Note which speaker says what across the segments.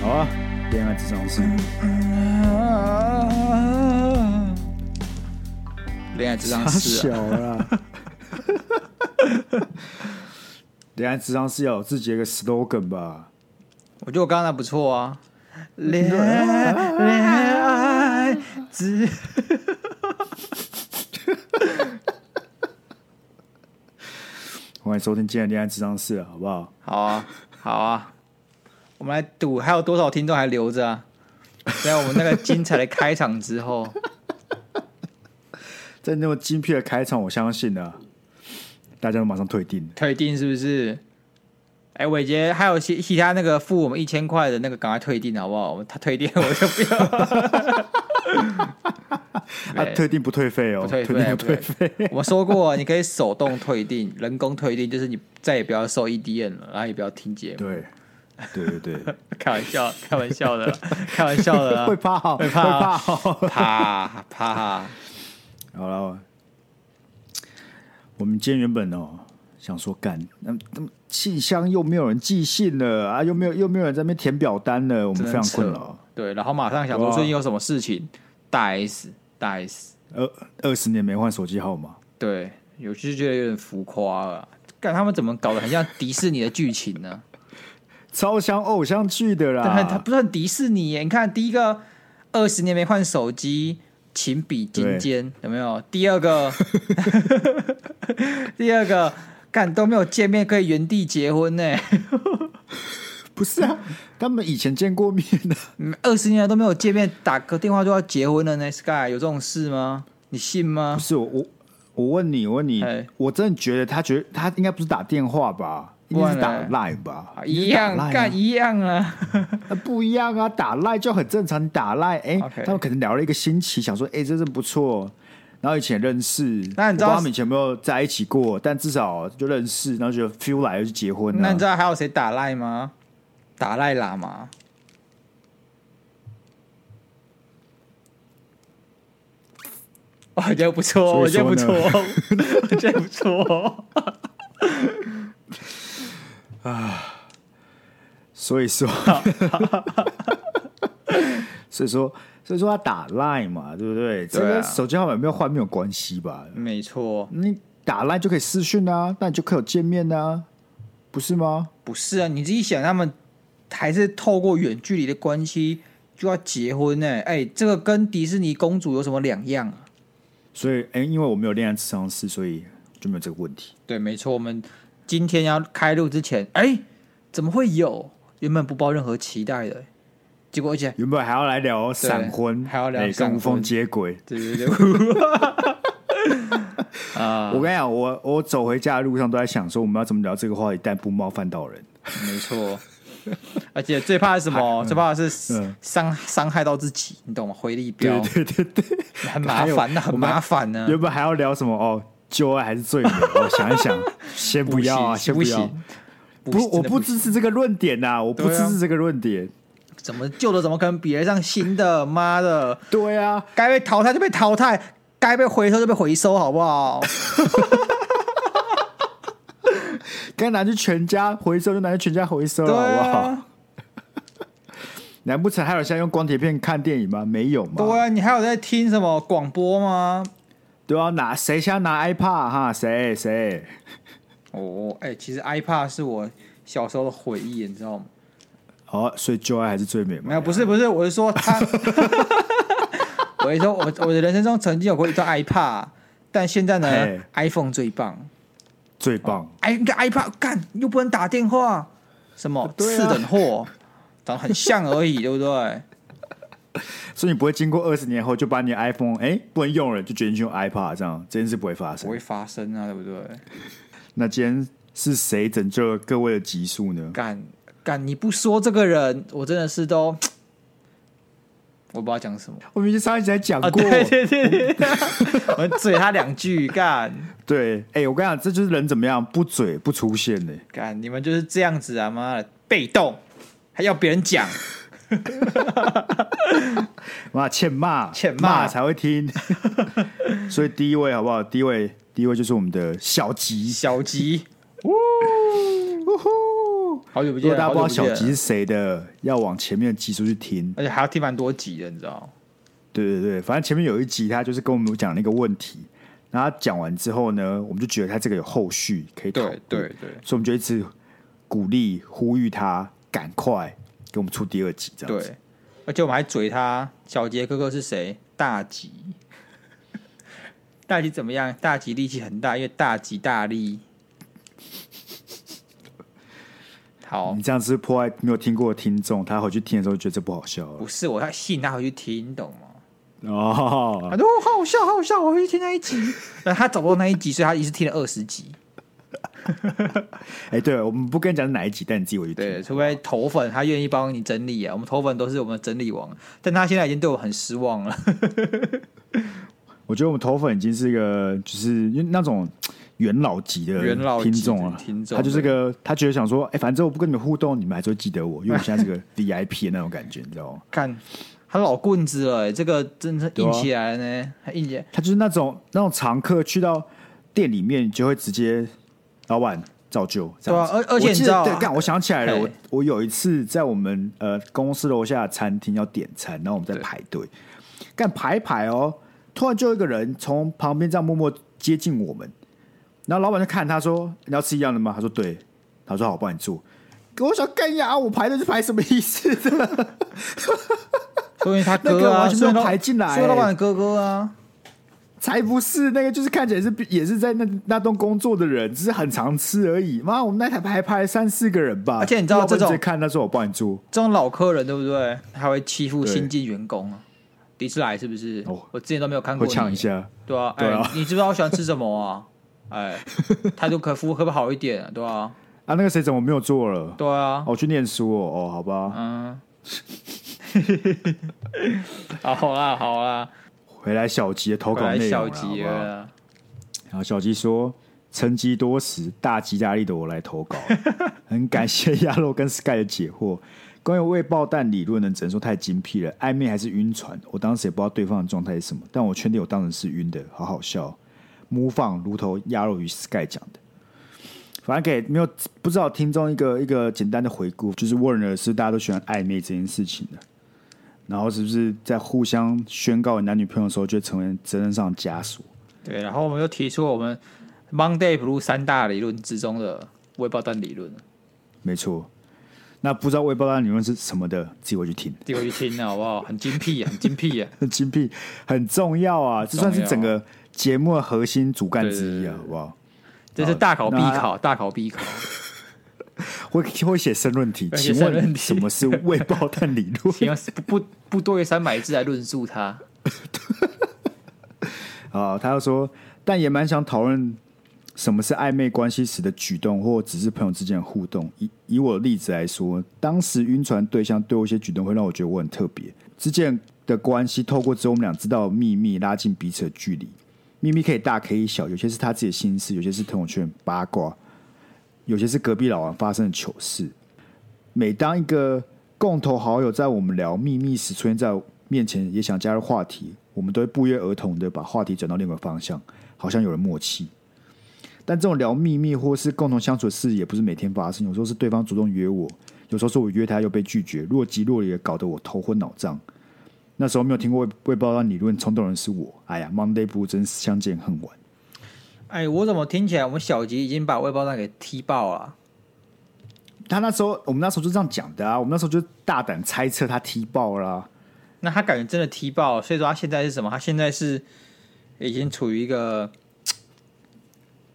Speaker 1: 好啊，恋爱至上是。
Speaker 2: 恋爱智商
Speaker 1: 太
Speaker 2: 是
Speaker 1: 小
Speaker 2: 啊、
Speaker 1: 了。 恋爱智商是要有自己的一个 slogan 吧？
Speaker 2: 我觉得我刚刚那不错啊。恋爱恋爱智，
Speaker 1: 欢迎收听今天的恋爱智商室，好不好？
Speaker 2: 好啊好啊，我们来赌还有多少听众还留着啊？在我们那个精彩的开场之后，
Speaker 1: 在那么精辟的开场，我相信呢、啊大家都马上退订了。
Speaker 2: 退订是不是？哎、伟杰，还有其其他那个付我们一千块的那个，赶快退订好不好？我们他退订我就不要。
Speaker 1: 啊，
Speaker 2: 对
Speaker 1: 退订不退费哦，
Speaker 2: 不退费
Speaker 1: 订不
Speaker 2: 不退
Speaker 1: 退费。
Speaker 2: 我说过，你可以手动退订，人工退订，就是你再也不要收 EDN 了，然后也不要听节目。
Speaker 1: 对，对对 对，
Speaker 2: 开玩笑，开玩笑的， 开玩笑的啦，
Speaker 1: 会怕哦，
Speaker 2: 会
Speaker 1: 会
Speaker 2: 怕
Speaker 1: 怕
Speaker 2: 哦
Speaker 1: 哦。
Speaker 2: 怕怕。
Speaker 1: 好了，我们今天原本哦想说干，那那信箱又没有人寄信了啊，又没有又没有人在那边填表单了，我们
Speaker 2: 真的
Speaker 1: 非
Speaker 2: 很
Speaker 1: 常困
Speaker 2: 扯
Speaker 1: 扰。
Speaker 2: 对，然后马上想说
Speaker 1: 哇
Speaker 2: 最近有什么事情，大 S 大 S，
Speaker 1: 二二十年没换手机号码，
Speaker 2: 对，有就是觉得有点浮夸了。干他们怎么搞得很像迪士尼的剧情呢？
Speaker 1: 超像偶像剧的啦。
Speaker 2: 但很它不是很迪士尼耶。你看第一个二十年没换手机，情比金坚有没有？第二个， 第二个，干都没有见面，可以原地结婚呢。
Speaker 1: 不是啊， 他们以前见过面的，
Speaker 2: 二十年来都没有见面，打个电话就要结婚了呢？Sky 有这种事吗？你信吗
Speaker 1: 不？是我我我问你，我问你
Speaker 2: 哎，
Speaker 1: 我真的觉得他觉得他应该不是打电话吧？应该是
Speaker 2: 不
Speaker 1: 打
Speaker 2: 然
Speaker 1: line 吧？
Speaker 2: 啊
Speaker 1: 应
Speaker 2: 一
Speaker 1: 该是打
Speaker 2: 样
Speaker 1: line 啊
Speaker 2: 干一样啊！
Speaker 1: 那不一样啊，打赖就很正常。你打赖，哎、
Speaker 2: OK
Speaker 1: 他们可能聊了一个星期，想说，哎、这真不错。然后以前认识，
Speaker 2: 那你知道
Speaker 1: 我不他们以前有没有在一起过？但至少就认识，然后就 feel 来了就结婚了、啊
Speaker 2: 那你知道还有谁打赖吗？打赖喇嘛，我觉哦得不错，
Speaker 1: 所
Speaker 2: 我
Speaker 1: 以
Speaker 2: 觉得
Speaker 1: 说
Speaker 2: 不
Speaker 1: 呢
Speaker 2: 错，我觉得不错。
Speaker 1: 所以说，所以说，所以说他打赖嘛，对不对？这
Speaker 2: 对啊
Speaker 1: 跟手机号码有没有换没有关系吧？
Speaker 2: 没错，
Speaker 1: 你打赖就可以私讯啊，那你就可以有见面啊，不是吗？
Speaker 2: 不是啊，你自己想，他们还是透过远距离的关系就要结婚呢、哎、这个跟迪士尼公主有什么两样啊？
Speaker 1: 所以，哎、因为我没有恋爱智商师，所以就没有这个问题。
Speaker 2: 对，没错，我们今天要开录之前，哎、怎么会有？原本不抱任何期待的、结果而且
Speaker 1: 原本还要来聊闪婚，
Speaker 2: 还要聊
Speaker 1: 哎跟
Speaker 2: 闪婚
Speaker 1: 无缝接轨。
Speaker 2: 对对对， 啊，
Speaker 1: 我跟你讲，我我走回家的路上都在想说，我们要怎么聊这个话题，但不冒犯到人。
Speaker 2: 没错。而且最怕是什么？最怕的是
Speaker 1: 嗯
Speaker 2: 伤伤害到自己，你懂吗？回力
Speaker 1: 对
Speaker 2: 镖
Speaker 1: 对 对对，
Speaker 2: 很麻烦的，
Speaker 1: 还有
Speaker 2: 很麻烦啊呢。
Speaker 1: 原本还要聊什么哦，旧爱还是最美？我想一 想，先不要啊，先
Speaker 2: 行不
Speaker 1: 要。
Speaker 2: 行，
Speaker 1: 不，
Speaker 2: 行
Speaker 1: 我
Speaker 2: 真的
Speaker 1: 不
Speaker 2: 行
Speaker 1: 支持这个论点呐、我不
Speaker 2: 对
Speaker 1: 支
Speaker 2: 啊
Speaker 1: 持这个论点。
Speaker 2: 怎么旧的怎么可能比得上新的？妈的，
Speaker 1: 对啊，
Speaker 2: 该被淘汰就被淘汰，该被回收就被回收，好不 好？
Speaker 1: 该拿去全家回收就拿去全家回收
Speaker 2: 对
Speaker 1: 了，好不好？
Speaker 2: 啊，
Speaker 1: 难不成还有现在用光碟片看电影吗？没有嘛。
Speaker 2: 对啊，你还有在听什么广播吗？
Speaker 1: 对啊，拿谁先拿 iPad 哈？谁谁？
Speaker 2: 哦，哎，其实 iPad 是我小时候的回忆，你知道吗？
Speaker 1: 哦，所以旧爱还是最美嘛。
Speaker 2: 没有，不是不是，我是说 他，我是说我我的人生中曾经有过一段 iPad，但现在呢
Speaker 1: 嘿
Speaker 2: ，iPhone 最棒。
Speaker 1: 最棒。
Speaker 2: 哎，这 iPad 干又不能打电话，什么、
Speaker 1: 对啊
Speaker 2: 次等货，长得很像而已，对不对？
Speaker 1: 所以你不会经过二十年后就把你的 iPhone 哎、不能用了，就决定去用 iPad 这样，这件事不会发
Speaker 2: 不
Speaker 1: 生
Speaker 2: 会。发生啊，对不对？
Speaker 1: 那今天是谁拯救了各位的集数呢？
Speaker 2: 干干，你不说这个人，我真的是都，我不知道讲什么。
Speaker 1: 我们上一集才讲
Speaker 2: 啊，
Speaker 1: 过，
Speaker 2: 对对对对， 我们嘴他两句，干
Speaker 1: 对，哎、我跟你讲，这就是人怎么样，不嘴不出现呢、
Speaker 2: 干，你们就是这样子啊，妈的，被动，还要别人讲，
Speaker 1: 哇，欠骂，
Speaker 2: 欠骂
Speaker 1: 才会 听。所以第一位好不好？第一位，第一位就是我们的小吉，
Speaker 2: 小吉，
Speaker 1: 呜呼！
Speaker 2: 好久不
Speaker 1: 如
Speaker 2: 见，
Speaker 1: 果大家不知道
Speaker 2: 好久
Speaker 1: 小
Speaker 2: 见
Speaker 1: 吉是谁的，要往前面的集数去听。
Speaker 2: 而且还要听蛮多集的，你知道？
Speaker 1: 对对对，反正前面有一集他就是跟我们讲那个问题，然后他讲完之后呢，我们就觉得他这个有后续可以讨论
Speaker 2: 对，对对
Speaker 1: 所以我们就一直鼓励呼吁他赶快给我们出第二集这样子。
Speaker 2: 对，而且我们还嘴他小杰哥哥是谁？大吉，大吉怎么样？大吉力气很大，因为大吉大利。好
Speaker 1: 你，这样子破坏没有听过的听众，他回去听的时候觉得这不好笑了
Speaker 2: 不是我要吸引他回去听，你懂吗？
Speaker 1: 哦
Speaker 2: 他。说哦，好好笑，好好笑，我回去听那一集。 但他找不到那一集，所以他一直听了二十集。
Speaker 1: 哎、对，我们不跟你讲是哪一集，但你自己回去听。
Speaker 2: 对，除非头粉他愿意帮你整理啊，我们头粉都是我们的整理王，但他现在已经对我很失望了。
Speaker 1: 我觉得我们头粉已经是一个，就是因为那种元老级的
Speaker 2: 元老级
Speaker 1: 听
Speaker 2: 的
Speaker 1: 众啊，
Speaker 2: 听众
Speaker 1: 他就是个，他觉得想说，哎、反正我不跟你们互动，你们还是会记得我，因为我现在是个 VIP 的那种感觉，你知道吗？
Speaker 2: 看他老棍子了、欸，这个真是
Speaker 1: 对啊
Speaker 2: 硬起来了呢，他硬起来。
Speaker 1: 他就是那种那种常客，去到店里面就会直接老板照旧，这样子
Speaker 2: 对啊而而且
Speaker 1: 我记得
Speaker 2: 你知道啊
Speaker 1: 对，干，我想起来了，
Speaker 2: 嘿
Speaker 1: 我我有一次在我们呃公司楼下的餐厅要点餐，然后我们在
Speaker 2: 对
Speaker 1: 排队，干排一排哦，突然就有一个人从旁边这样默默接近我们，然后老板就看他说：“你要吃一样的吗？”他说：“对。”他说：“好，我帮你做。”我想干呀，啊我排队是排什么意思？
Speaker 2: 所以他
Speaker 1: 那
Speaker 2: 哥
Speaker 1: 个
Speaker 2: 啊，
Speaker 1: 完全没有
Speaker 2: 所以老
Speaker 1: 排进来欸
Speaker 2: 所以老板的哥哥啊，
Speaker 1: 才不是，那个就是看起来是也是在那那栋工作的人，只是很常吃而已。妈，我们那台排排三四个人吧，
Speaker 2: 而且你知道
Speaker 1: 老板
Speaker 2: 这种
Speaker 1: 直接看他说我帮你做，
Speaker 2: 这种老客人对不对？还会欺负
Speaker 1: 对
Speaker 2: 新进员工啊。第一次来是不是？
Speaker 1: 哦
Speaker 2: 我之前都没有看过
Speaker 1: 会
Speaker 2: 你。
Speaker 1: 呛一下。
Speaker 2: 对啊，哎、
Speaker 1: 对啊
Speaker 2: 你知不知道我喜欢吃什么啊？哎，态度可服务可不可以好一点、啊？对啊，
Speaker 1: 啊，那个谁怎么没有做了？
Speaker 2: 对啊
Speaker 1: 哦，，我去念书哦，哦，好吧，
Speaker 2: 嗯，好啦好啦，
Speaker 1: 回来小吉的投
Speaker 2: 回
Speaker 1: 稿
Speaker 2: 来
Speaker 1: 内容
Speaker 2: 小
Speaker 1: 了好
Speaker 2: 吉
Speaker 1: 不好
Speaker 2: 了。
Speaker 1: 然后小吉说：“成吉多时，大吉大利的我来投稿， 很感谢鸭肉跟 Sky 的解惑。关于未爆弹理论的只能说太精辟了，暧昧还是晕船，我当时也不知道对方的状态是什么，但我确定我当时是晕的，好好笑、哦。模仿如头鸭肉与 Sky 讲的。”反正给没有不知道听众一个一个简单的回顾，就是 Warner 是大家都喜欢暧昧这件事情的，然后是不是在互相宣告男女朋友的时候，就会成为责任上的枷锁？
Speaker 2: 对，然后我们又提出我们 Monday Blue 三大理论之中的微爆弹理论，
Speaker 1: 没错。那不知道未爆弹理论是什么的，自己回去听。
Speaker 2: 自己回去听啊，好不好？很精辟啊，很精辟啊。
Speaker 1: 很精辟，很重要啊，这算是整个节目的核心主干之一啊，
Speaker 2: 对对对对
Speaker 1: 好不好？
Speaker 2: 这是大考必
Speaker 1: 那
Speaker 2: 考，大考必考。
Speaker 1: 会会写申论题，
Speaker 2: 会写
Speaker 1: 请
Speaker 2: 申论
Speaker 1: 问
Speaker 2: 题
Speaker 1: 什么是未爆弹理论？
Speaker 2: 请用不不不多于三百字来论述它。
Speaker 1: 啊，他又说，但也蛮想讨论什么是暧昧关系时的举动，或只是朋友之间的互动。以以我的例子来说，当时晕船对象对我一些举动，会让我觉得我很特别。之间的关系透过只有我们俩知道的秘密，拉近彼此的距离。秘密可以大可以小，有些是他自己的心事，有些是朋友圈八卦，有些是隔壁老王发生的糗事。每当一个共同好友在我们聊秘密时出现在我面前，也想加入话题，我们都会不约而同的把话题转到另一个方向，好像有了默契。但这种聊秘密或是共同相处的事，也不是每天发生，有时候是对方主动约我，有时候是我约他又被拒绝，若即若离的搞得我头昏脑胀。那时候没有听过未未爆弹理论，冲动人是我。哎呀，Monday 不如真是相见恨晚。
Speaker 2: 哎，我怎么听起来我们小吉已经把微爆弹给踢爆了？
Speaker 1: 他那时候，我们那时候就这样讲的啊，我们那时候就大胆猜测他踢爆啦、
Speaker 2: 那他感觉真的踢爆了，所以说他现在是什么？他现在是已经处于一个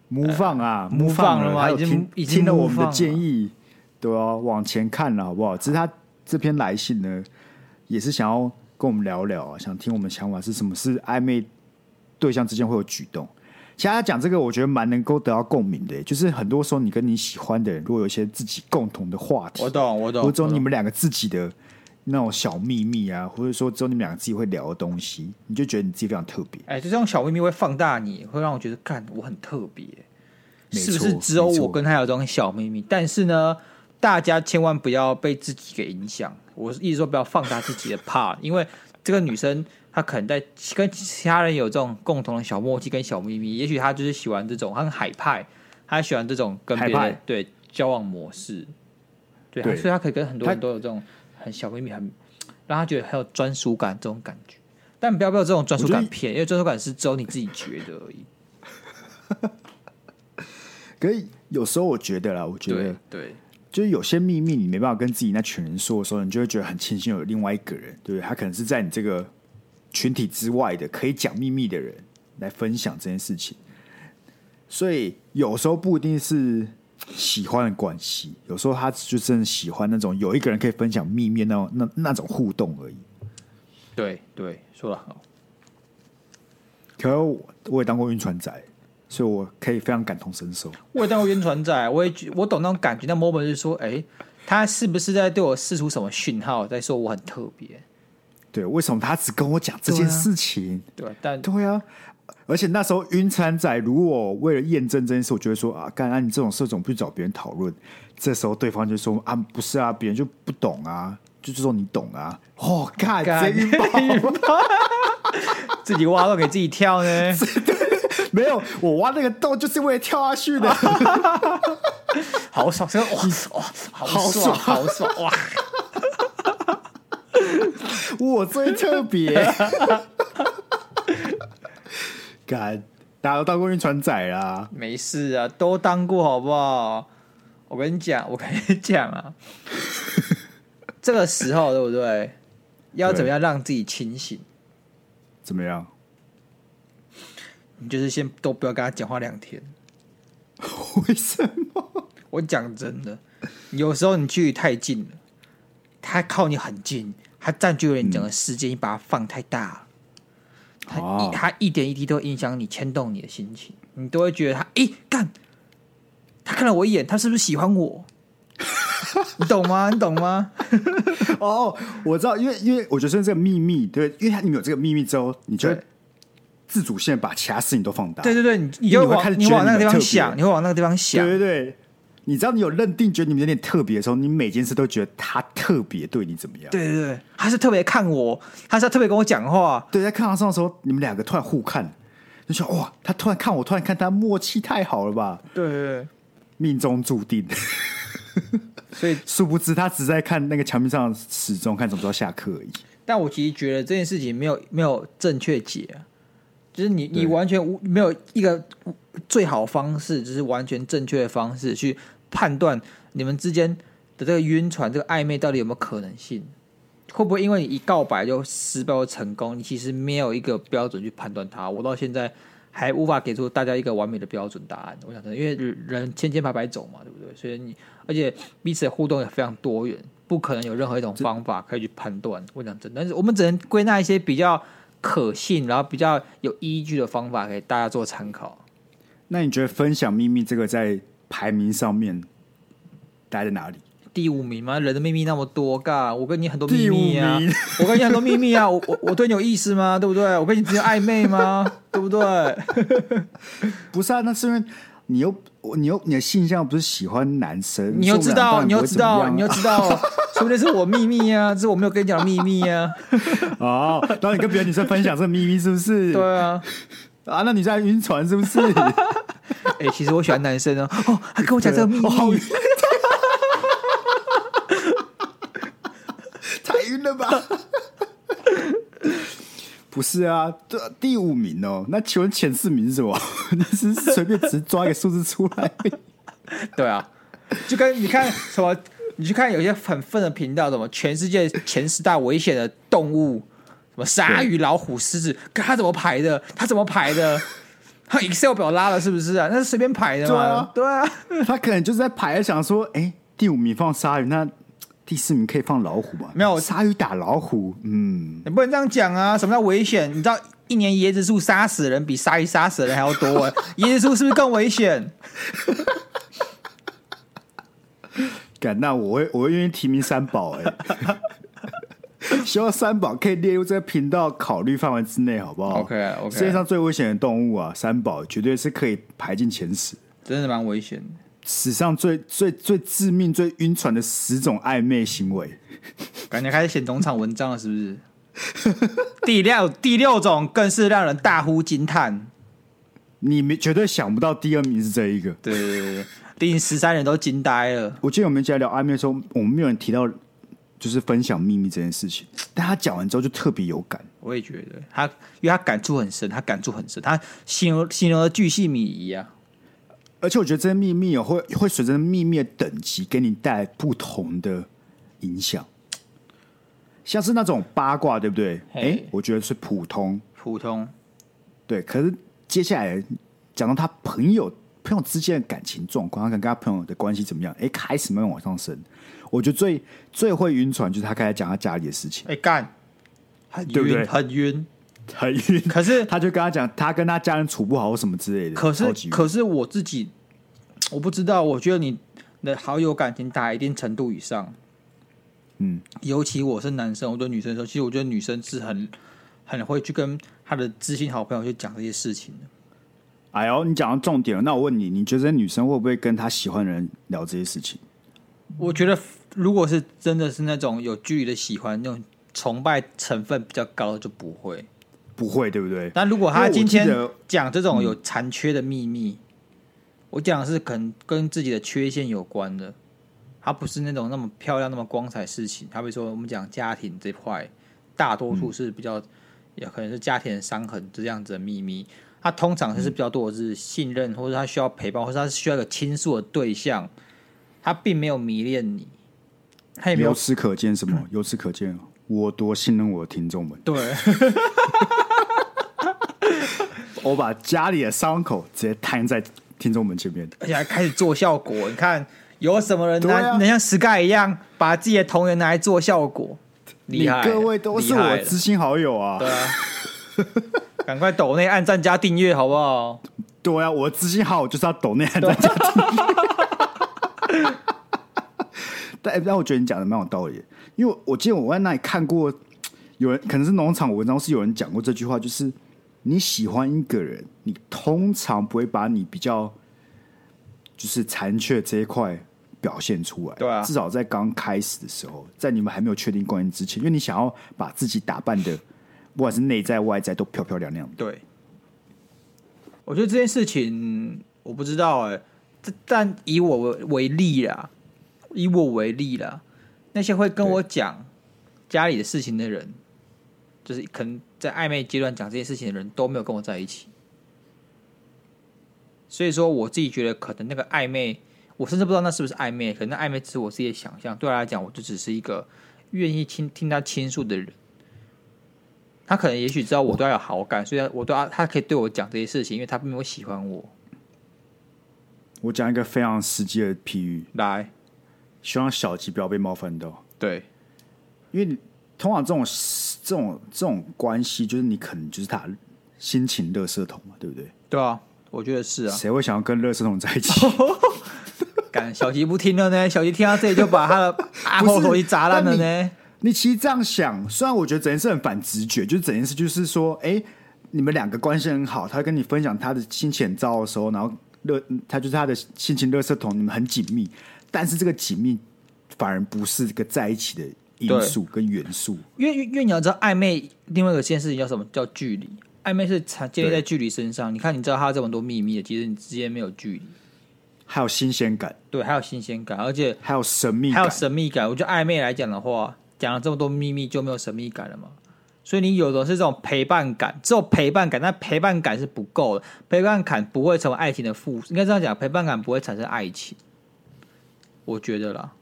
Speaker 1: 模仿啊，
Speaker 2: move
Speaker 1: 模仿
Speaker 2: on 呃了吗
Speaker 1: 还有
Speaker 2: 已经
Speaker 1: 听
Speaker 2: 已经
Speaker 1: 听了我
Speaker 2: move
Speaker 1: 们
Speaker 2: on
Speaker 1: 的
Speaker 2: 了
Speaker 1: 建议，对啊，往前看了好不好？只是他这篇来信呢，也是想要跟我们聊聊啊，想听我们想法是什么是暧昧对象之间会有举动。其实他讲这个，我觉得蛮能够得到共鸣的，就是很多时候你跟你喜欢的人，如果有一些自己共同的话题，
Speaker 2: 我懂我懂，
Speaker 1: 或
Speaker 2: 我
Speaker 1: 者只有
Speaker 2: 懂
Speaker 1: 你们两个自己的那种小秘密啊，或者说只有你们两个自己会聊的东西，你就觉得你自己非常特别。
Speaker 2: 哎，就这种小秘密会放大你，会让我觉得，干我很特别，
Speaker 1: 没
Speaker 2: 是不
Speaker 1: 错
Speaker 2: 是只有
Speaker 1: 没错
Speaker 2: 我跟他有这种小秘密？但是呢，大家千万不要被自己给影响。我是意思说，不要放大自己的 part，因为这个女生她可能在跟其他人有这种共同的小默契跟小秘密，也许她就是喜欢这种，她很海派，他喜欢这种跟别
Speaker 1: 海
Speaker 2: 人
Speaker 1: 派
Speaker 2: 对交往模式，对，
Speaker 1: 对
Speaker 2: 所以他可以跟很多
Speaker 1: 他
Speaker 2: 人都有这种很小秘密，很让他觉得很有专属感这种感觉。但不要被这种专属
Speaker 1: 我觉
Speaker 2: 感
Speaker 1: 得
Speaker 2: 骗，因为专属感是只有你自己觉得而已。
Speaker 1: 可是有时候我觉得啦，我觉
Speaker 2: 对
Speaker 1: 得
Speaker 2: 对
Speaker 1: 就是有些秘密你没办法跟自己那群人说的时候，你就会觉得很庆幸有另外一个人，对不对？他可能是在你这个群体之外的可以讲秘密的人来分享这件事情。所以有时候不一定是喜欢的关系，有时候他就真的喜欢那种有一个人可以分享秘密的那种那那种互动而已。
Speaker 2: 对对，说的好。
Speaker 1: 可是我我也当过晕船仔，所以我可以非常感同身受。
Speaker 2: 我也当过晕船仔，我也觉我懂那种感觉，但 moment 是说，哎、他是不是在对我释出什么讯号，在说我很特别？
Speaker 1: 对，为什么他只跟我讲这
Speaker 2: 对
Speaker 1: 件
Speaker 2: 啊
Speaker 1: 事情？
Speaker 2: 对，但
Speaker 1: 对啊，而且那时候晕船仔，如果为了验证这件事，我就会说啊，干啊，你这种事总不去找别人讨论。这时候对方就说啊，不是啊，别人就不懂啊，就是说你懂啊。哦，干，
Speaker 2: 干
Speaker 1: 直接晕爆
Speaker 2: 自己挖洞给自己跳呢？
Speaker 1: 没有，我挖那个洞就是为了跳下去的。
Speaker 2: 好爽， 真的哇哇，好爽，好爽哇！
Speaker 1: 我最特别。干，大家都当过晕船仔啦。
Speaker 2: 没事啊，都当过好不好？我跟你讲，我跟你讲啊，这个时候对不对？要怎么样让自己清醒？
Speaker 1: 怎么样？
Speaker 2: 你就是先都不要跟他讲话两天。
Speaker 1: 为什么？
Speaker 2: 我讲真的，有时候你距离太近了，他靠你很近，他占据了你整个世界，你把它放太大了，他一、
Speaker 1: 嗯哦
Speaker 2: 他一点一滴都会影响你，牵动你的心情，你都会觉得他诶，干，他看了我一眼，他是不是喜欢我？你懂吗？你懂吗？
Speaker 1: 哦，我知道，因为因为我觉得这个秘密，对，因为你有这个秘密之后，你就会
Speaker 2: 对
Speaker 1: 自主性把其他事情都放大。
Speaker 2: 对对对，你你
Speaker 1: 因为你
Speaker 2: 就
Speaker 1: 会
Speaker 2: 往
Speaker 1: 开始
Speaker 2: 你
Speaker 1: 觉得
Speaker 2: 往那个
Speaker 1: 你
Speaker 2: 地
Speaker 1: 很
Speaker 2: 方
Speaker 1: 特别
Speaker 2: 想，你会往那个地方想，
Speaker 1: 对对对你知道你有认定，觉得你们有点特别的时候，你每件事都觉得他特别对你怎么样？
Speaker 2: 对对对，他是特别看我，他是特别跟我讲话，
Speaker 1: 对，在课堂上的时候，你们两个突然互看，就说哇，他突然看我，突然看他，默契太好了吧，
Speaker 2: 对对对，
Speaker 1: 命中注定。
Speaker 2: 所以
Speaker 1: 殊不知他只在看那个墙壁上的时钟，看什么时候下课而已。
Speaker 2: 但我其实觉得这件事情没有没有正确解啊、就是你你
Speaker 1: 对
Speaker 2: 完全无没有一个最好方式，就是完全正确的方式去判断你们之间的这个晕船、这个暧昧到底有没有可能性，会不会因为你一告白就失败或成功，你其实没有一个标准去判断它。我到现在还无法给出大家一个完美的标准答案。我想真的，因为人千千百百种嘛，对不对？所以你而且彼此的互动也非常多元，不可能有任何一种方法可以去判断。我讲真的，但是我们只能归纳一些比较可信，然后比较有依据的方法给大家做参考。
Speaker 1: 那你觉得分享秘密这个在排名上面待在哪里？
Speaker 2: 第五名嘛，人的秘密那么多，干我跟你很多秘
Speaker 1: 第五
Speaker 2: 密啊
Speaker 1: 名，
Speaker 2: 我跟你很多秘密啊，我我我对你有意思吗？对不对？我跟你只有暧昧吗？对不对？
Speaker 1: 不是啊，那是因为你又你又你的性向不是喜欢男生，
Speaker 2: 你又知道，你又知道，你又
Speaker 1: 道
Speaker 2: 知道，说不定是我秘密啊，这是我没有跟你讲的秘密啊。
Speaker 1: 哦。然后你跟别的女生分享这个秘密，是不是？
Speaker 2: 对啊，
Speaker 1: 啊，那你在晕船是不 是？
Speaker 2: 哎、其实我喜欢男生啊。哦，他跟我讲这个秘 密
Speaker 1: 我，好晕，太晕了吧？ 不是啊，这第五名哦。那请问前四名是什么？ 你是随便只抓一个数字出来？
Speaker 2: 对啊，就跟你看什么，你去看有些很愤的频道，什么全世界前十大危险的动物，什么鲨鱼、老虎、狮子，看它怎么排的，它怎么排的，它 Excel 表拉了是不是啊？那是随便排的嘛？对啊，
Speaker 1: 他可能就是在排，想说，哎、第五名放鲨鱼，那第四名可以放老虎吗？
Speaker 2: 没有
Speaker 1: 鲨鱼打老虎，嗯，
Speaker 2: 你不能这样讲啊！什么叫危险？你知道一年椰子树杀死的人比鲨鱼杀死的人还要 多、欸，椰子树是不是更危险？
Speaker 1: 敢那我会，我会愿意提名三宝、哎，希望三宝可以列入这个频道考虑范围之内，好不好
Speaker 2: OK，OK
Speaker 1: 世界上最危险的动物啊，三宝绝对是可以排进前十。
Speaker 2: 真的蛮危险的。
Speaker 1: 史上最最最致命、最晕船的十种暧昧行为，
Speaker 2: 感觉开始写农场文章了，是不 是？第六第六种更是让人大呼惊叹，
Speaker 1: 你没绝对想不到第二名是这一个。
Speaker 2: 对对对对，令十三人都惊呆了。
Speaker 1: 我记得我们在聊暧昧的时候，我们没有人提到就是分享秘密这件事情，但他讲完之后就特别有感。
Speaker 2: 我也觉得他，因为他感触很深，他感触很深，他形容形容的巨细靡遗啊。
Speaker 1: 而且我觉得这些秘密哦，会会随着秘密的等级给你带来不同的影响。像是那种八卦，对不对？
Speaker 2: 嘿
Speaker 1: 哎、我觉得是普通，
Speaker 2: 普通，
Speaker 1: 对。可是接下来讲到他朋友朋友之间的感情状况，他可能跟他朋友的关系怎么样？哎、开始慢慢往上升。我觉得最最会晕船就是他刚才讲他家里的事情，
Speaker 2: 哎、干，很
Speaker 1: 对不对
Speaker 2: 晕，很晕。
Speaker 1: 很晕。
Speaker 2: 可是
Speaker 1: 他就跟他讲，他跟他家人处不好什么之类的，
Speaker 2: 可
Speaker 1: 超级
Speaker 2: 是
Speaker 1: 晕
Speaker 2: 可是我自己，我不知道，我觉得你的好友感情达一定程度以上，
Speaker 1: 嗯，
Speaker 2: 尤其我是男生，我对女生说，其实我觉得女生是很很会去跟她的知心好朋友去讲这些事情的。
Speaker 1: 哎呦，你讲到重点了。那我问你，你觉得这女生会不会跟她喜欢的人聊这些事情？
Speaker 2: 我觉得如果是真的是那种有距离的喜欢，那种崇拜成分比较高的就不会。
Speaker 1: 不会，对不对？
Speaker 2: 但如果他
Speaker 1: 因为我
Speaker 2: 今天
Speaker 1: 记得嗯
Speaker 2: 讲这种有残缺的秘密，我讲的是可能跟自己的缺陷有关的，他不是那种那么漂亮、那么光彩的事情。好比说，我们讲家庭这块，大多
Speaker 1: 嗯
Speaker 2: 数是比较，也可能是家庭的伤痕这样子的秘密。他通常
Speaker 1: 嗯
Speaker 2: 就是比较多的是信任，或者他需要陪伴，或者他需要一个倾诉的对象。他并没有迷恋你，他也没
Speaker 1: 由
Speaker 2: 有
Speaker 1: 此可见什 么？由此可见，我多信任我的听众们。
Speaker 2: 对。
Speaker 1: 我把家里的伤口直接摊在听众们前面。
Speaker 2: 而且还开始做效果。你看，有什么人
Speaker 1: 对
Speaker 2: 拿、
Speaker 1: 啊
Speaker 2: 能像 Sky 一样把自己的童颜拿来做效果？厉害了，
Speaker 1: 你各位都是
Speaker 2: 厉
Speaker 1: 我
Speaker 2: 害
Speaker 1: 的
Speaker 2: 了
Speaker 1: 知心好友啊！
Speaker 2: 对啊，赶快抖内按赞加订阅好不好？
Speaker 1: 对啊，我的知心好友就是要抖内涵在家庭。 但但我觉得你讲的蛮有道理的，因为我我记得我在那里看过，有人可能是农场文章是有人讲过这句话，就是你喜欢一个人，你通常不会把你比较就是残缺这一块表现出来，
Speaker 2: 对啊
Speaker 1: 至少在刚开始的时候，在你们还没有确定关系之前，因为你想要把自己打扮的，不管是内在外在都漂漂亮亮的，
Speaker 2: 对，我觉得这件事情我不知道哎、这但以我为为例啦，以我为例啦，那些会跟我讲家里的事情的人，就是可能在暧昧阶段讲这件事情的人都没有跟我在一起，所以说我自己觉得可能那个暧昧，我甚至不知道那是不是暧昧，可能那暧昧只是我自己的想象，对他来讲，我就只是一个愿意听听他倾诉的人。他可能也许知道我对他有好感，所以我对他他可以对我讲这些事情，因为他并没有喜欢我。
Speaker 1: 我讲一个非常实际的譬喻，
Speaker 2: 来，
Speaker 1: 希望小吉不要被冒犯到，
Speaker 2: 对
Speaker 1: 因为你通常这种这种这种关系，就是你可能就是他心情垃圾桶嘛，对不对？
Speaker 2: 对啊，我觉得是啊。
Speaker 1: 谁会想要跟垃圾桶在一 起？
Speaker 2: 干小吉不听了呢，小吉听到这里就把他的啊后头一砸烂了呢。
Speaker 1: 你其实这样想，虽然我觉得整件事很反直觉，就是整件事就是说，哎、你们两个关系很好，他跟你分享他的心情照的时候，然后乐，他就是他的心情垃圾桶，你们很紧密，但是这个紧密反而不是这个在一起的因素跟元素。
Speaker 2: 因为因为你要知道暧昧，另外一个件事情叫什么叫距离？暧昧是产建立在
Speaker 1: 对
Speaker 2: 距离身上。你看，你知道他这么多秘密的，其实你之间没有距离，
Speaker 1: 还有新鲜感，
Speaker 2: 对，还有新鲜感，而且
Speaker 1: 还有神秘
Speaker 2: 还
Speaker 1: 感
Speaker 2: 有，神秘感。我觉得暧昧来讲的话，讲了这么多秘密就没有神秘感了嘛。所以你有的是这种陪伴感，只有陪伴感，但陪伴感是不够的。陪伴感不会成为爱情的附，应该这样讲，陪伴感不会产生爱情。我觉得啦，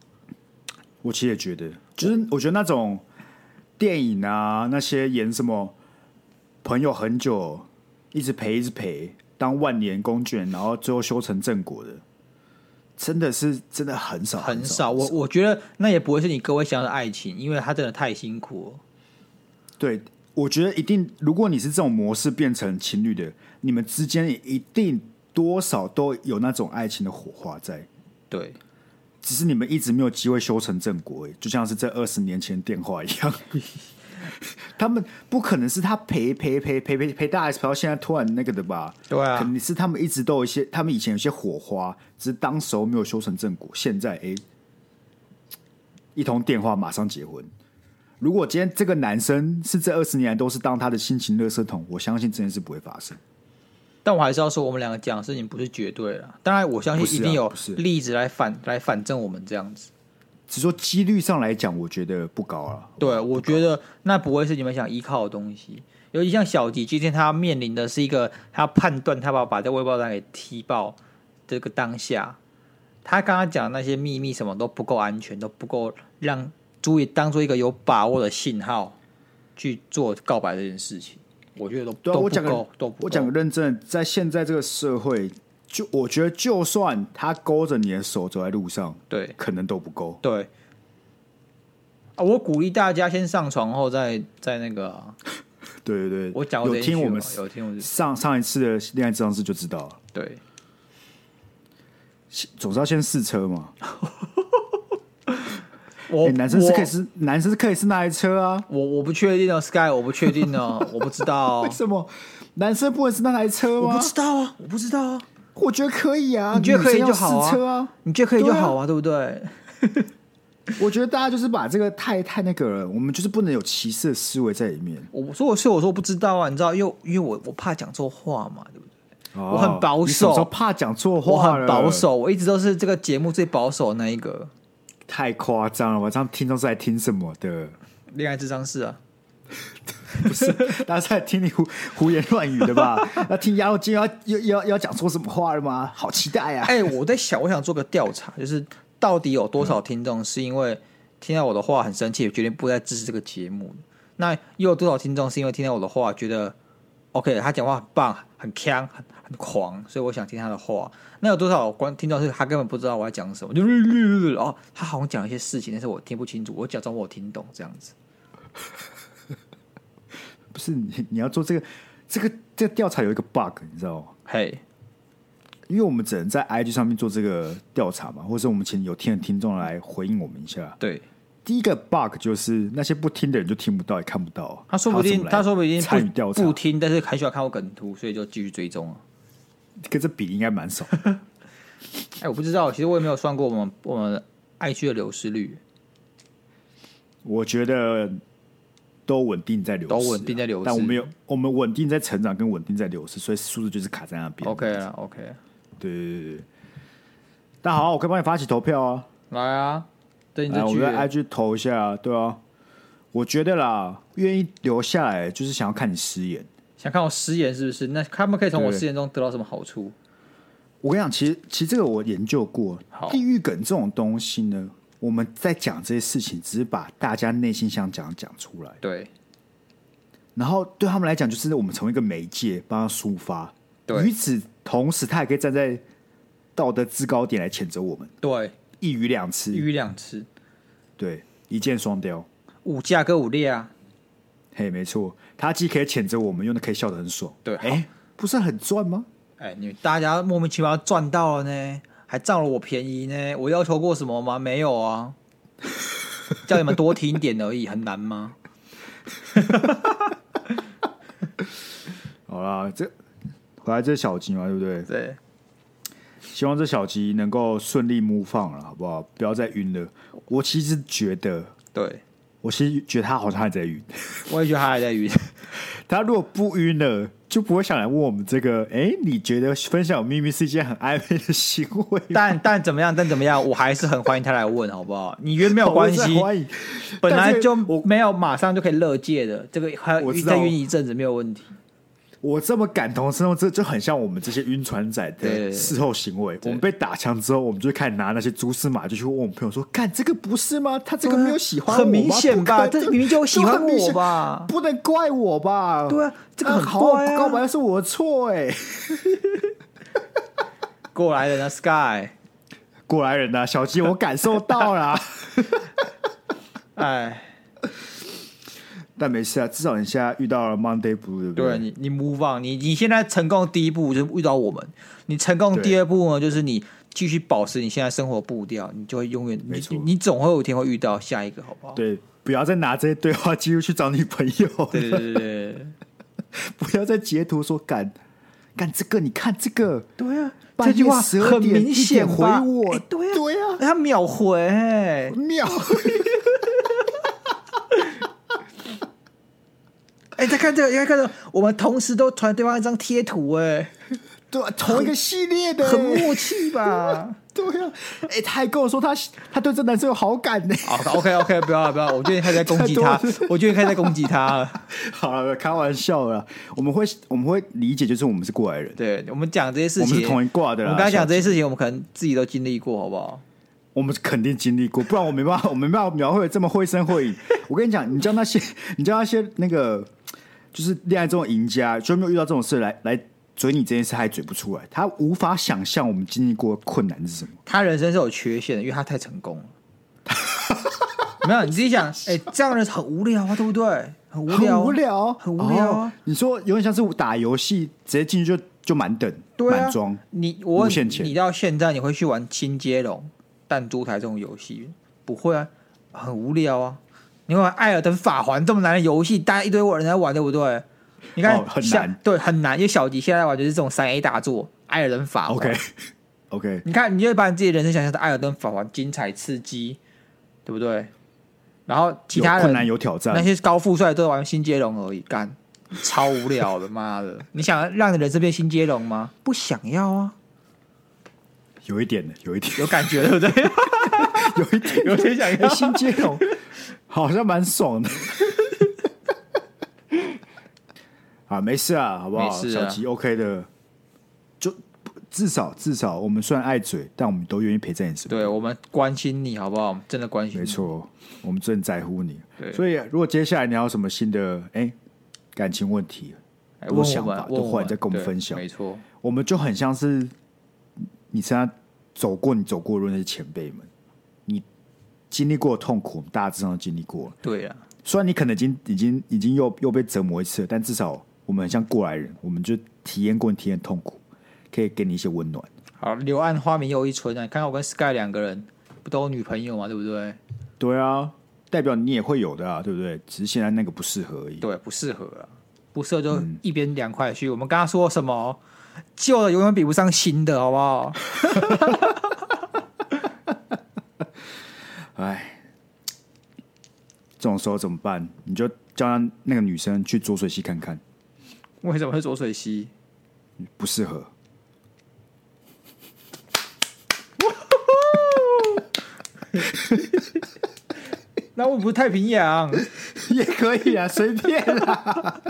Speaker 1: 我其实也觉得，就是我觉得那种电影啊，那些演什么朋友很久，一直陪一直陪，当万年公眷，然后最后修成正果的，真的是真的很少少。
Speaker 2: 很少。我我觉得那也不会是你各位想要的爱情，因为他真的太辛苦了。
Speaker 1: 对，我觉得一定，如果你是这种模式变成情侣的，你们之间也一定多少都有那种爱情的火花在，
Speaker 2: 对，
Speaker 1: 只是你们一直没有机会修成正果、欸，就像是这二十年前电话一样。 他们不可能是他陪陪陪陪陪陪大 S 陪到现在突然那个的吧？
Speaker 2: 对啊
Speaker 1: 肯定是他们一直都有一些，他们以前有一些火花，只是当时候没有修成正果，现在哎、诶一通电话马上结婚。如果今天这个男生是这二十年来都是当他的心情垃圾桶，我相信这件事不会发生。
Speaker 2: 但我还是要说，我们两个讲的事情不是绝对的。当然，我相
Speaker 1: 不是
Speaker 2: 信
Speaker 1: 啊
Speaker 2: 一定有
Speaker 1: 不是
Speaker 2: 例子来反、来反证我们这样子。
Speaker 1: 只说几率上来讲，我觉得不高了。
Speaker 2: 对，我觉得那不会是你们想依靠的东西。尤其像小迪，今天他面临的是一个他判断他把把这个微爆弹给踢爆这个当下，他刚刚讲的那些秘密什么都不够安全，都不够让足以当做一个有把握的信号去做告白这件事情。我觉得都
Speaker 1: 对啊
Speaker 2: 都
Speaker 1: 我
Speaker 2: 不
Speaker 1: 讲个
Speaker 2: 够，都不够。
Speaker 1: 我讲个认真的，在现在这个社会，就我觉得，就算他勾着你的手走在路上，
Speaker 2: 对
Speaker 1: 可能都不够。
Speaker 2: 对啊，我鼓励大家先上床后再再那个啊、
Speaker 1: 对对对，
Speaker 2: 我讲过
Speaker 1: 有
Speaker 2: 这件
Speaker 1: 听
Speaker 2: 事
Speaker 1: 我们
Speaker 2: 吗有听我们
Speaker 1: 上上一次的恋爱智商师就知道了，
Speaker 2: 对。
Speaker 1: 总是要先试车嘛。
Speaker 2: 我、
Speaker 1: 欸男生是可以
Speaker 2: 我
Speaker 1: 是男生是可以是那台车啊？
Speaker 2: 我我不确定哦，Sky，我不确定哦，我不知道、哦
Speaker 1: 为，什么男生不能是那台车
Speaker 2: 我
Speaker 1: 吗
Speaker 2: 不？知道啊，我不知道啊，
Speaker 1: 我觉得可以啊，
Speaker 2: 你觉得可以
Speaker 1: 女生要
Speaker 2: 就好啊
Speaker 1: 试车啊。
Speaker 2: 你觉得可以就
Speaker 1: 对啊
Speaker 2: 好啊，对不对？
Speaker 1: 我觉得大家就是把这个太太那个了，我们就是不能有歧视的思维在里面。
Speaker 2: 我所以我所以我说不知道啊，你知道，因为因为我我怕讲错话嘛，对不对？
Speaker 1: 我
Speaker 2: 很保守
Speaker 1: 怕讲错
Speaker 2: 我
Speaker 1: 话
Speaker 2: 很
Speaker 1: 了，
Speaker 2: 保，守，我一直都是这个节目最保守的那一个
Speaker 1: 太夸张了吧？这样听众是在听什么的？
Speaker 2: 恋爱智商是啊，
Speaker 1: 不是， 大家是在听你胡胡言乱语的吧？ 要听然后今天要要要要讲错什么话了吗？好期待啊！
Speaker 2: 哎、我在想，我想做个调查，就是到底有多
Speaker 1: 嗯
Speaker 2: 少听众是因为听到我的话很生气，决定不再支持这个节目？那又有多少听众是因为听到我的话，觉得 OK，他讲话很棒、很强、很很狂，所以我想听他的话？那有多少观听众是他根本不知道我在讲什么？就哦，他好像讲一些事情，但是我听不清楚，我假装我听懂这样子。
Speaker 1: 不是你你要做这个这个这个调查有一个 bug，你知道吗？
Speaker 2: 嘿，
Speaker 1: 因为我们只能在 IG 上面做这个调查嘛，或者是我们请有听的听众来回应我们一下。
Speaker 2: 对，
Speaker 1: 第一个 bug 就是那些不听的人就听不到也看不到，
Speaker 2: 他说不
Speaker 1: 还有
Speaker 2: 定
Speaker 1: 怎么来
Speaker 2: 他说不定
Speaker 1: 参与调
Speaker 2: 不
Speaker 1: 查
Speaker 2: 不，听，但是很喜欢看我梗图，所以就继续追踪啊。
Speaker 1: 跟这比应该蛮少。
Speaker 2: 哎、我不知道，其实我也没有算过我们我们 IG 的流失率，
Speaker 1: 我觉得都稳定在流失啊，
Speaker 2: 都稳定在流失
Speaker 1: 但我们有我们稳定在成长跟稳定在流失，所以数字就是卡在那边。
Speaker 2: OK 啦 o k
Speaker 1: 对对对对。那好啊，我可以帮你发起投票啊，
Speaker 2: 来啊，等你
Speaker 1: 来，
Speaker 2: 这
Speaker 1: 我
Speaker 2: 句
Speaker 1: 们在 IG 投一下啊，对啊。我觉得啦，愿意留下来就是想要看你失言。
Speaker 2: 想看我失言是不是？那他们可以从我
Speaker 1: 对
Speaker 2: 失言中得到什么好处？
Speaker 1: 我跟你讲，其实其实这个我研究过
Speaker 2: 好，
Speaker 1: 地域梗这种东西呢，我们在讲这些事情，只是把大家内心想讲的讲出来，
Speaker 2: 对
Speaker 1: 然后对他们来讲，就是我们成为一个媒介，帮他抒发。与
Speaker 2: 对
Speaker 1: 此同时，他也可以站在道德制高点来谴责我们，
Speaker 2: 对，
Speaker 1: 一鱼两
Speaker 2: 一
Speaker 1: 吃，
Speaker 2: 鱼两吃，
Speaker 1: 对，一箭双雕。
Speaker 2: 五架跟五列啊，
Speaker 1: 嘿，没错，他既可以谴责我们，又能可以笑得很爽。
Speaker 2: 对好
Speaker 1: 哎、不是很赚吗？
Speaker 2: 哎、你大家莫名其妙赚到了呢，还占了我便宜呢，我要求过什么吗？没有啊，叫你们多听一点而已，很难吗？
Speaker 1: 好啦，这回来这小吉嘛，对不对？
Speaker 2: 对，
Speaker 1: 希望这小吉能够顺利 move 放了，好不好？不要再晕了。我其实觉得，
Speaker 2: 对，
Speaker 1: 我其实觉得他好像还在晕。
Speaker 2: 我也觉得他还在晕。
Speaker 1: 他如果不晕了，就不会想来问我们这个。哎、你觉得分享秘密是一件很暧昧的行 为吗？
Speaker 2: 但但怎么样？但怎么样？我还是很欢迎他来问，好不好？你约没有
Speaker 1: 我
Speaker 2: 关系
Speaker 1: 是，很欢迎。
Speaker 2: 本来就
Speaker 1: 但这个我
Speaker 2: 没有马上就可以乐界的，这个还
Speaker 1: 我知道
Speaker 2: 再晕一阵子没有问题。
Speaker 1: 我这么感同身受，这就很像我们这些晕船仔
Speaker 2: 对
Speaker 1: 的事后行为。我们被打枪之后，我们就开始拿那些蛛丝马迹去问我们朋友说：“干，这个不是吗？他这个没有喜欢我
Speaker 2: 啊很
Speaker 1: 吗
Speaker 2: 明显
Speaker 1: 不
Speaker 2: 吧？
Speaker 1: 可能
Speaker 2: 这明明就有喜欢我？吧？
Speaker 1: 不能怪我吧？
Speaker 2: 对啊这个很
Speaker 1: 好
Speaker 2: 怪啊
Speaker 1: 告白是我的错哎、
Speaker 2: 过来人啊，Sky，
Speaker 1: 过来人呐、啊小鸡，我感受到啦。
Speaker 2: 哎，
Speaker 1: 但没事啊，至少你现在遇到了 Monday Blue，对不
Speaker 2: 对啊你，你 move on，你你现在成功的第一步就是遇到我们，你成功第
Speaker 1: 对
Speaker 2: 二步呢，就是你继续保持你现在生活步调，你就会永远，
Speaker 1: 没
Speaker 2: 你
Speaker 1: 错
Speaker 2: 你你总会有一天会遇到下一个，好不好？
Speaker 1: 对，不要再拿这些对话记录去找你朋友，
Speaker 2: 对对对对对对
Speaker 1: 不要再截图说干干这个，你看这个，
Speaker 2: 对啊！
Speaker 1: 半
Speaker 2: 这
Speaker 1: 夜
Speaker 2: 句话
Speaker 1: 12
Speaker 2: 很
Speaker 1: 点
Speaker 2: 明
Speaker 1: 1
Speaker 2: 显
Speaker 1: 点回
Speaker 2: 吧
Speaker 1: 我
Speaker 2: 哎对啊，
Speaker 1: 对啊
Speaker 2: 他秒回、哎
Speaker 1: 妙。
Speaker 2: 哎、再看这个，你看看这个，我们同时都传对方一张贴图、哎，
Speaker 1: 对、啊，同一个系列的、
Speaker 2: 很默契吧？
Speaker 1: 对啊，哎、他还跟我说他他对这男生有好感呢、
Speaker 2: 好，OK OK，不要了不要了，我觉得你开始在攻击他，我觉得你开始在攻击他了。
Speaker 1: 好了，开玩笑了啦，我们会我们会理解，就是我们是过来人，
Speaker 2: 对我们讲这些事
Speaker 1: 我们
Speaker 2: 情，
Speaker 1: 是同一挂的啦。
Speaker 2: 我刚才讲
Speaker 1: 小
Speaker 2: 这些事情，我们可能自己都经历过，好不好？
Speaker 1: 我们肯定经历过，不然我没办法，我没办法描绘得这么绘声绘影。我跟你讲，你叫那些，你叫那些那个，就是恋爱这种赢家，专门遇到这种事来来追你这件事，还追不出来，他无法想象我们经历过的困难是什么。
Speaker 2: 他人生是有缺陷的，因为他太成 功了。没有，你自己想，哎、这样的人很无聊啊，对不对？很无聊、啊
Speaker 1: 很无，聊，
Speaker 2: 很无聊啊
Speaker 1: 哦你说有点像是打游戏，直接进去就就满等，
Speaker 2: 对啊
Speaker 1: 满装。。
Speaker 2: 你我问
Speaker 1: 无限钱
Speaker 2: 你到现在你会去玩新接龙、弹珠台这种游戏？不会啊，很无聊啊。你会玩《艾尔登法环》这么难的游戏，大家一堆人在玩，对不对？你看，
Speaker 1: 哦很
Speaker 2: 像
Speaker 1: 难，
Speaker 2: 对，很难。因为小迪现在玩就是这种三 A 大作，《艾尔登法环》。
Speaker 1: OK OK，
Speaker 2: 你看，你就会把你自己的人生想象成《艾尔登法环》精彩刺激，对不对？然后其他
Speaker 1: 有困难
Speaker 2: 人
Speaker 1: 有挑
Speaker 2: 那
Speaker 1: 战，
Speaker 2: 些高富帅都玩新接龙而已，干超无聊的，妈的！你想让你人生变新接龙吗？不想要啊，
Speaker 1: 有一点的，有一点，
Speaker 2: 有感觉对不 对？
Speaker 1: 有一点，
Speaker 2: 有点想
Speaker 1: 哎
Speaker 2: 要
Speaker 1: 新接龙 好像蛮爽的。 啊，没事啊，好不好？
Speaker 2: 没事啊
Speaker 1: 小吉 OK 的，就至少至少我们虽然爱嘴，但我们都愿意陪在你身边。
Speaker 2: 对我们关心你好不好？我们真的关心
Speaker 1: 没
Speaker 2: 你。
Speaker 1: 错，我们真的在乎你。
Speaker 2: 对
Speaker 1: 所以如果接下来你要有什么新的哎、感情问题，
Speaker 2: 哎
Speaker 1: 多
Speaker 2: 问我
Speaker 1: 想
Speaker 2: 们
Speaker 1: 法，
Speaker 2: 问
Speaker 1: 多
Speaker 2: 我
Speaker 1: 换
Speaker 2: 们
Speaker 1: 再跟我们
Speaker 2: 对
Speaker 1: 分享
Speaker 2: 没错，
Speaker 1: 我们就很像是你身上走过你走过的那些前辈们，你经历过的痛苦，我们大致上都经历过了。
Speaker 2: 对啊了，
Speaker 1: 虽然你可能已经已经已经又又被折磨一次了，但至少我们很像过来人，我们就体验过你体验的痛苦，可以给你一些温暖。
Speaker 2: 好，柳暗花明又一村啊！你看看我跟 Sky 两个人不都有女朋友嘛，对不对？
Speaker 1: 对啊，代表你也会有的啊，对不对？只是现在那个不适合而已。
Speaker 2: 对，不适合了，不适合就
Speaker 1: 嗯
Speaker 2: 一边凉快去。我们刚刚说什么？旧的永远比不上新的，好不好？
Speaker 1: 哎，这种时候怎么办？你就叫那那个女生去浊水溪看看，
Speaker 2: 为什么是浊水溪？
Speaker 1: 不适合。
Speaker 2: 那我们不是太平洋？
Speaker 1: 也可以啊，随便啦。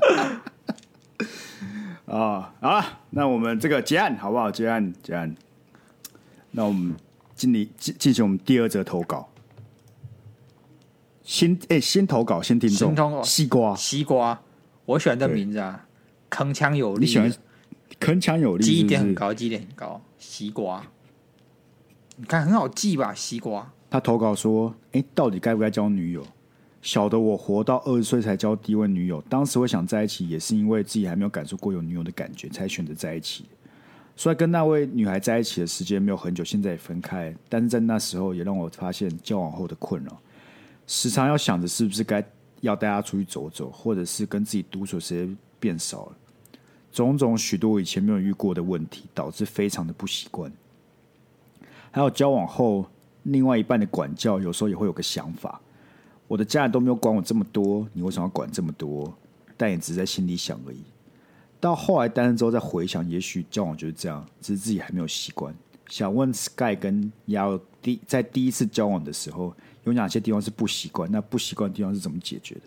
Speaker 1: 啊，好了，那我们这个结案好不好？结案，结案。那我们进行进进行我们第二则投稿。新哎、新投稿，新听众，
Speaker 2: 新投稿
Speaker 1: 西瓜，
Speaker 2: 西瓜，我喜欢这
Speaker 1: 对
Speaker 2: 名字啊，铿锵有力，啊
Speaker 1: 你喜欢铿锵有力
Speaker 2: 记忆
Speaker 1: 是
Speaker 2: 点
Speaker 1: 不
Speaker 2: 很
Speaker 1: 是？
Speaker 2: 高，记忆点很高。西瓜，你看很好记吧？西瓜，
Speaker 1: 他投稿说：“哎、到底该不该交女友？小的我活到二十岁才交第一位女友，当时会想在一起，也是因为自己还没有感受过有女友的感觉，才选择在一起。虽然跟那位女孩在一起的时间没有很久，现在也分开，但是在那时候也让我发现交往后的困扰，时常要想着是不是该要带她出去走走，或者是跟自己独处的时间变少了，种种许多我以前没有遇过的问题，导致非常的不习惯。”还有交往后，另外一半的管教，有时候也会有个想法：我的家人都没有管我这么多，你为什么要管这么多？但也只是在心里想而已。到后来单身之后再回想，也许交往就是这样，只是自己还没有习惯。想问 Sky 跟 Yao 第在第一次交往的时候，有哪些地方是不习惯？那不习惯的地方是怎么解决的？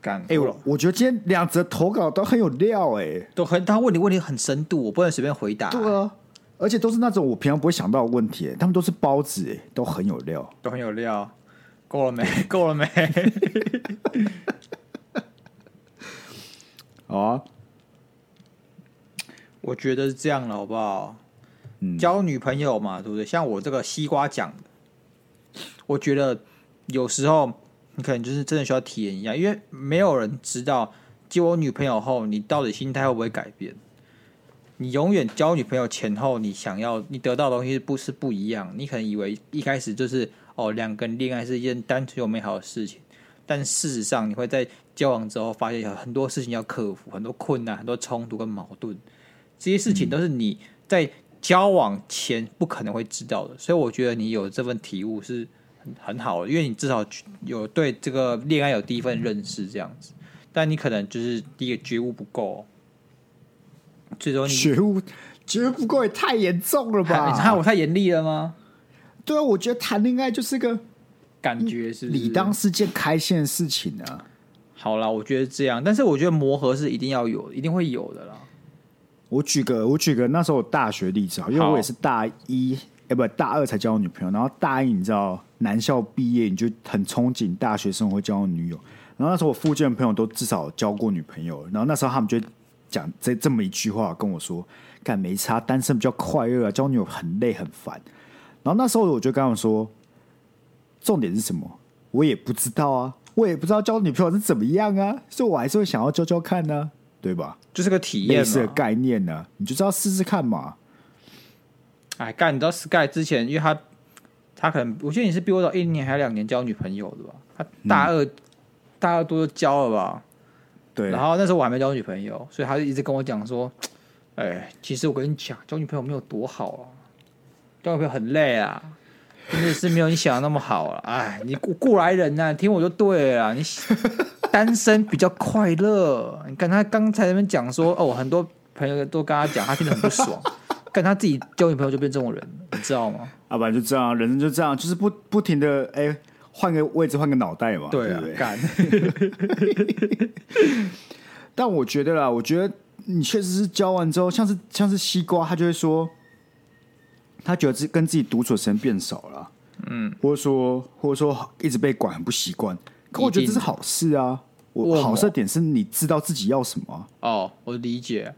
Speaker 2: 干，
Speaker 1: 哎、我我觉得今天两则投稿都很有料哎、
Speaker 2: 都很，他问你问题很深度，我不能随便回答、
Speaker 1: 对啊，而且都是那种我平常不会想到的问题、欸，他们都是包子哎、都很有料。
Speaker 2: 都很有料。够 了没？够了没？
Speaker 1: 好啊，
Speaker 2: 我觉得是这样了，好不好？
Speaker 1: 嗯
Speaker 2: 交女朋友嘛，对不对？像我这个西瓜讲的，我觉得有时候你可能就是真的需要体验一下，因为没有人知道交我女朋友后，你到底心态会不会改变。你永远交女朋友前后，你想要你得到的东西是不是不一样？你可能以为一开始就是哦，两个人恋爱是一件单纯又美好的事情，但事实上你会在交往之后发现有很多事情要克服，很多困难、很多冲突跟矛盾。这些事情都是你在交往前不可能会知道的，所以我觉得你有这份体悟是很很好的，因为你至少有对这个恋爱有第一份认识这样子，但你可能就是第一个觉悟不够哦、最终你
Speaker 1: 觉悟觉悟不够也太严重了
Speaker 2: 啊你看
Speaker 1: 吧？
Speaker 2: 我太严厉了吗？
Speaker 1: 对啊，我觉得谈恋爱就是个
Speaker 2: 感觉是不是
Speaker 1: 理当是件开心的事情啊。
Speaker 2: 好啦，我觉得这样，但是我觉得磨合是一定要有，一定会有的啦。
Speaker 1: 我举个我举个那时候我大学例子好，因为
Speaker 2: 好
Speaker 1: 我也是大一，哎、不大二才交女朋友，然后大一你知道男校毕业你就很憧憬大学生活会交女友，然后那时候我附近的朋友都至少交过女朋友，然后那时候他们就讲这这么一句话跟我说，干没差，单身比较快乐啊，交女友很累很烦，然后那时候我就跟他们说，重点是什么？我也不知道啊，我也不知道交女朋友是怎么样啊，所以我还是会想要交交看呢、对吧？
Speaker 2: 就是个体验
Speaker 1: 类似的
Speaker 2: 嘛。
Speaker 1: 概念呢、你就知道试试看嘛。
Speaker 2: 哎，干，你知道 Sky 之前，因为他他可能，我记得你是比我早一年还是两年交女朋友的吧？他大二、
Speaker 1: 嗯
Speaker 2: 大二多就交了吧？
Speaker 1: 对
Speaker 2: 然后那时候我还没交女朋友，所以他就一直跟我讲说：“哎，其实我跟你讲，交女朋友没有多好啊，交女朋友很累啊，真的是没有你想的那么好啊。 哎，你过过来人呐、啊你听我就对了啦，啊 你单身比较快乐。你看他刚才那边讲说，哦，很多朋友都跟他讲，他听得很不爽。 看他自己交女朋友就变这种人，你知道吗？
Speaker 1: 要啊不然就这样，人生就这样，就是不不停的哎，换个位置，换个脑袋嘛，对
Speaker 2: 对啊
Speaker 1: 不，对？
Speaker 2: 干，
Speaker 1: 但我觉得啦，我觉得你确实是教完之后，像是像是西瓜，他就会说，他觉得自跟自己独处的时间变少了，嗯，或者说或者说一直被管很不习惯，可我觉得这是好事啊。
Speaker 2: 为
Speaker 1: 我
Speaker 2: 什么
Speaker 1: 好事的点是你知道自己要什么啊、
Speaker 2: 哦，我理解，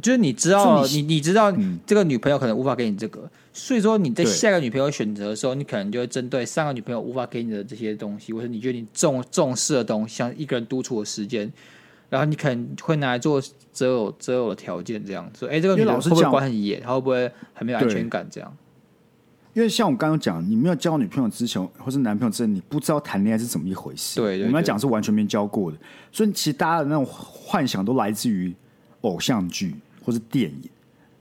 Speaker 2: 就是你知道，
Speaker 1: 就你嗯
Speaker 2: 你你知道这个女朋友可能无法给你这个，所以说你
Speaker 1: 对
Speaker 2: 在下一个女朋友选择的时候，你可能就会针对上个女朋友无法给你的这些东西，或者你觉得你重重视的东西，像一个人独处的时间，然后你可能会拿来做择偶择偶的条件，这样说，哎、这个
Speaker 1: 因
Speaker 2: 女
Speaker 1: 为
Speaker 2: 的
Speaker 1: 老实
Speaker 2: 会不会
Speaker 1: 讲
Speaker 2: 管很严，她会不会很没有安全感？这样
Speaker 1: 因为像我刚刚讲，你没有交女朋友之前，或是男朋友之前，你不知道谈恋爱是怎么一回事。
Speaker 2: 对对
Speaker 1: 我
Speaker 2: 对
Speaker 1: 们来讲是完全没交过的，所以其实大家的那种幻想都来自于偶像剧或是电影，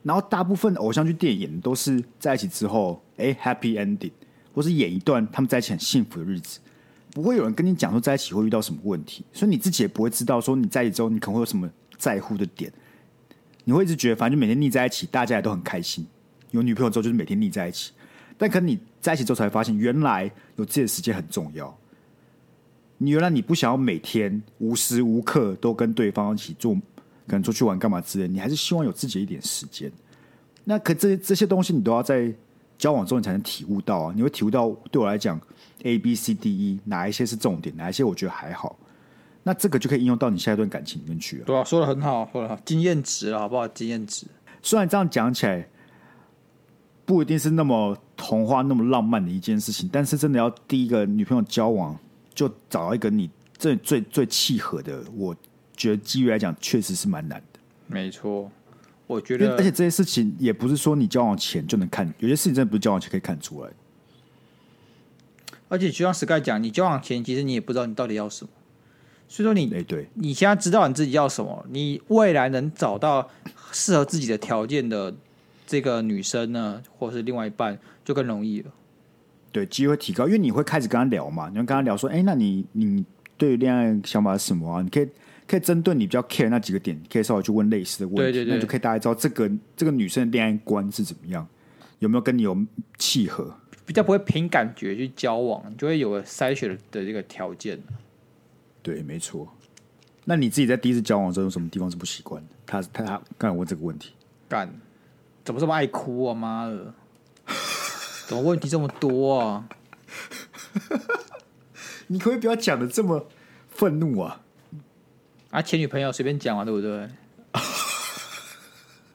Speaker 1: 然后大部分偶像剧、电影都是在一起之后，哎，happy ending，或是演一段他们在一起很幸福的日子，不会有人跟你讲说在一起会遇到什么问题，所以你自己也不会知道说你在一起之后你可能会有什么在乎的点，你会一直觉得反正就每天腻在一起，大家也都很开心。有女朋友之后就是每天腻在一起，但可能你在一起之后才发现，原来有自己的时间很重要。你原来你不想要每天无时无刻都跟对方一起做，可能出去玩干嘛之类，你还是希望有自己的一点时间。那可这这些东西你都要在交往中你才能体悟到啊，你会体悟到对我来讲，A B C D E 哪一些是重点，哪一些我觉得还好，那这个就可以应用到你下一段感情里面去了。
Speaker 2: 对啊，说的很好，说的好，经验值了，好不好？经验值，
Speaker 1: 虽然这样讲起来不一定是那么童话、那么浪漫的一件事情，但是真的要第一个女朋友交往，就找到一个你最最最契合的，我觉得基于来讲确实是蛮难的。
Speaker 2: 没错，我觉
Speaker 1: 因为
Speaker 2: 得
Speaker 1: 而且这些事情也不是说你交往前就能看，有些事情真的不是交往前可以看出来的。
Speaker 2: 而且就像 Sky 讲，你交往前其实你也不知道你到底要什么，所以说你
Speaker 1: 哎、对，
Speaker 2: 你现在知道你自己要什么，你未来能找到适合自己的条件的这个女生呢，或是另外一半，就更容易了。
Speaker 1: 对，机会提高，因为你会开始跟他聊嘛，你会跟他聊说，哎、那你你对恋爱想法是什么啊？你可以可以针对你比较 care 那几个点，你可以稍微去问类似的问题，
Speaker 2: 对对对
Speaker 1: 那你就可以大概知道这个这个女生的恋爱观是怎么样，有没有跟你有契合。
Speaker 2: 比较不会凭感觉去交往，你就会有个筛选的这个条件。
Speaker 1: 对，没错。那你自己在第一次交往的时候，有什么地方是不习惯的？他他他刚才问这个问题，
Speaker 2: 干，怎么这么爱哭啊？妈的，怎么问题这么多啊？
Speaker 1: 你可不可以不要讲的这么愤怒啊？
Speaker 2: 啊，前女朋友随便讲嘛，对不对？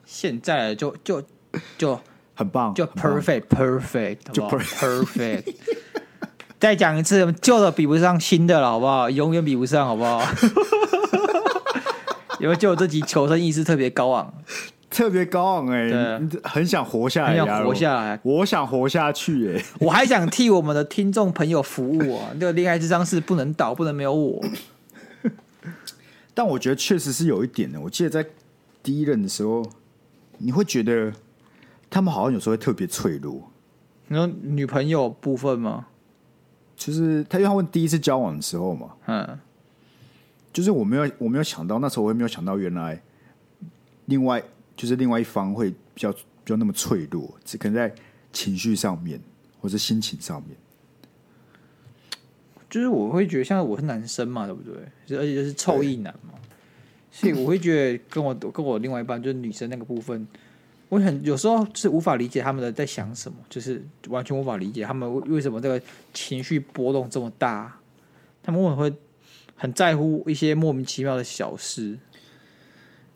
Speaker 2: 现在就就就
Speaker 1: 很棒，
Speaker 2: 就
Speaker 1: 很棒
Speaker 2: perfect 嗯 perfect
Speaker 1: 就
Speaker 2: 好不好 perfect。再讲一次，旧的比不上新的了，好不好？永远比不上，好不 好？因为就我这集求生意识特别高昂，
Speaker 1: 特别高昂哎、
Speaker 2: 对啊
Speaker 1: 你很想活下来，啊
Speaker 2: 很想活下来。
Speaker 1: 我想活下去哎、
Speaker 2: 哎我还想替我们的听众朋友服务啊！这个恋爱智商是不能倒，不能没有我。
Speaker 1: 但我觉得确实是有一点的。我记得在第一任的时候，你会觉得他们好像有时候会特别脆弱，
Speaker 2: 你说女朋友部分吗？
Speaker 1: 就是他因为他们第一次交往的时候嘛，
Speaker 2: 嗯，
Speaker 1: 就是我没有我没有想到那时候我也没有想到原来另外就是另外一方会比较比较那么脆弱，只可能在情绪上面或者心情上面。
Speaker 2: 就是我会觉得，像我是男生嘛，对不对？就而且就是臭意男嘛，所以我会觉得跟我跟我另外一半就是女生那个部分，我很有时候是无法理解他们的在想什么，就是完全无法理解他们为为什么这个情绪波动这么大，他们为什么会很在乎一些莫名其妙的小事？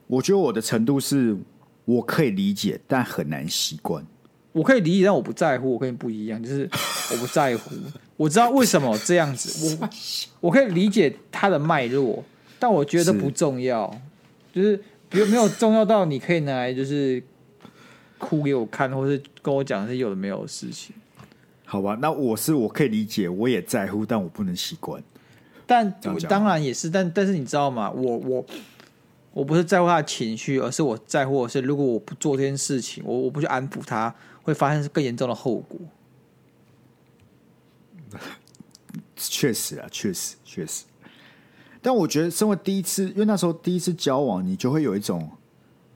Speaker 1: 我觉得我的程度是我可以理解，但很难习惯。
Speaker 2: 我可以理解，但我不在乎，我跟你不一样，就是我不在 乎，我知道为什么这样子，我我可以理解它的脉络，但我觉得这
Speaker 1: 是
Speaker 2: 不重要，就是比如没有重要到你可以拿来就是哭给我看，或是跟我讲是有的没有的事情，
Speaker 1: 好吧，那我是我可以理解，我也在乎，但我不能习惯。
Speaker 2: 但
Speaker 1: 这样讲
Speaker 2: 当然也是，但但是你知道吗？我我我不是在乎他的情绪，而是我在乎的是，如果我不做这件事情，我我不去安抚他，会发生更严重的后果。
Speaker 1: 确实啊，确实确实。但我觉得，身为第一次，因为那时候第一次交往，你就会有一种，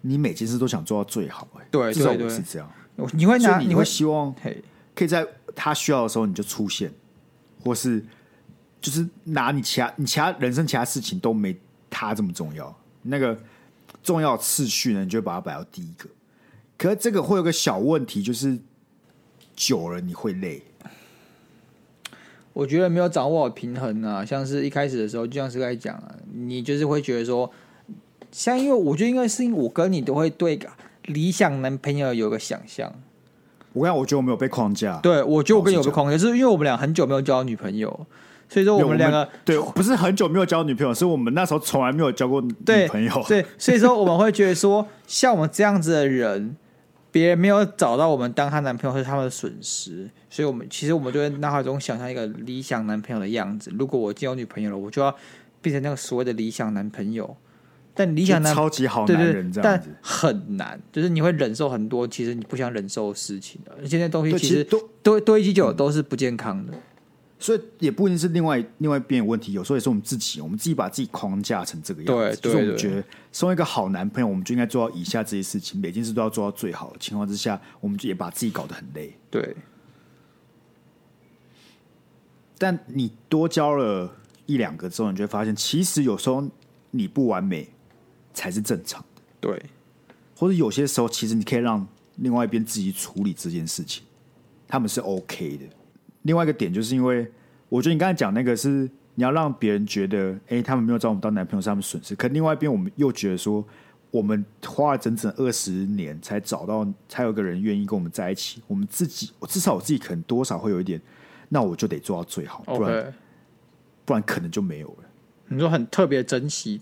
Speaker 1: 你每件事都想做到最好、欸。
Speaker 2: 对
Speaker 1: 至少
Speaker 2: 对
Speaker 1: 我
Speaker 2: 对
Speaker 1: 是这样。
Speaker 2: 我你会拿
Speaker 1: 所以你
Speaker 2: 会
Speaker 1: 会希望
Speaker 2: 嘿。
Speaker 1: 可以在他需要的时候你就出现，或是就是拿你其他你其他人生其他事情都没他这么重要，那个重要次序呢，你就会把它摆到第一个。可是这个会有个小问题，就是久了你会累。
Speaker 2: 我觉得没有掌握好平衡啊，像是一开始的时候，就像是该讲啊，你就是会觉得说，像因为我觉得应该是因为我跟你都会对理想男朋友有个想象，
Speaker 1: 我跟你讲，我觉得我没有被框架，
Speaker 2: 对我觉得我跟你有
Speaker 1: 是这样
Speaker 2: 个框架，就是因为我们俩很久没有交女朋友，所以说
Speaker 1: 因为我
Speaker 2: 我们两个
Speaker 1: 对不是很久没有交女朋友，是我们那时候从来没有交过
Speaker 2: 对
Speaker 1: 女朋友。
Speaker 2: 对，所以说我们会觉得说，像我们这样子的人，别人没有找到我们当她男朋友是他们的损失，所以我们其实我们就会脑海中想象一个理想男朋友的样子。如果我交女朋友了，我就要变成那个所谓的理想男朋友，但理
Speaker 1: 就
Speaker 2: 想男
Speaker 1: 超级好
Speaker 2: 对
Speaker 1: 男
Speaker 2: 对
Speaker 1: 人，这样
Speaker 2: 但
Speaker 1: 子，
Speaker 2: 很难，就是你会忍受很多其实你不想忍受的事情的，而且那东西
Speaker 1: 对，
Speaker 2: 其
Speaker 1: 其实
Speaker 2: 实
Speaker 1: 都
Speaker 2: 多多一积久都是不健康的。
Speaker 1: 所以也不一定是另外另外一边有问题，有时候也是我们自己，我们自己把自己框架成这个样子。
Speaker 2: 对对
Speaker 1: 就是我们
Speaker 2: 对
Speaker 1: 觉得，身为一个好男朋友，我们就应该做到以下这些事情，每件事都要做到最好的情况之下，我们就也把自己搞得很累。
Speaker 2: 对，
Speaker 1: 但你多交了一两个之后，你就会发现，其实有时候你不完美才是正常的，
Speaker 2: 对，
Speaker 1: 或者有些时候其实你可以让另外一边自己处理这件事情，他们是 OK 的。另外一个点就是因为，我觉得你刚才讲那个是你要让别人觉得，哎、他们没有找我们当男朋友是他们损失，可另外一边我们又觉得说，我们花了整整二十年才找到，才有一个人愿意跟我们在一起，我们自己，我至少我自己可能多少会有一点，那我就得做到最好，不然
Speaker 2: OK，
Speaker 1: 不然可能就没有了，
Speaker 2: 你说很特别珍惜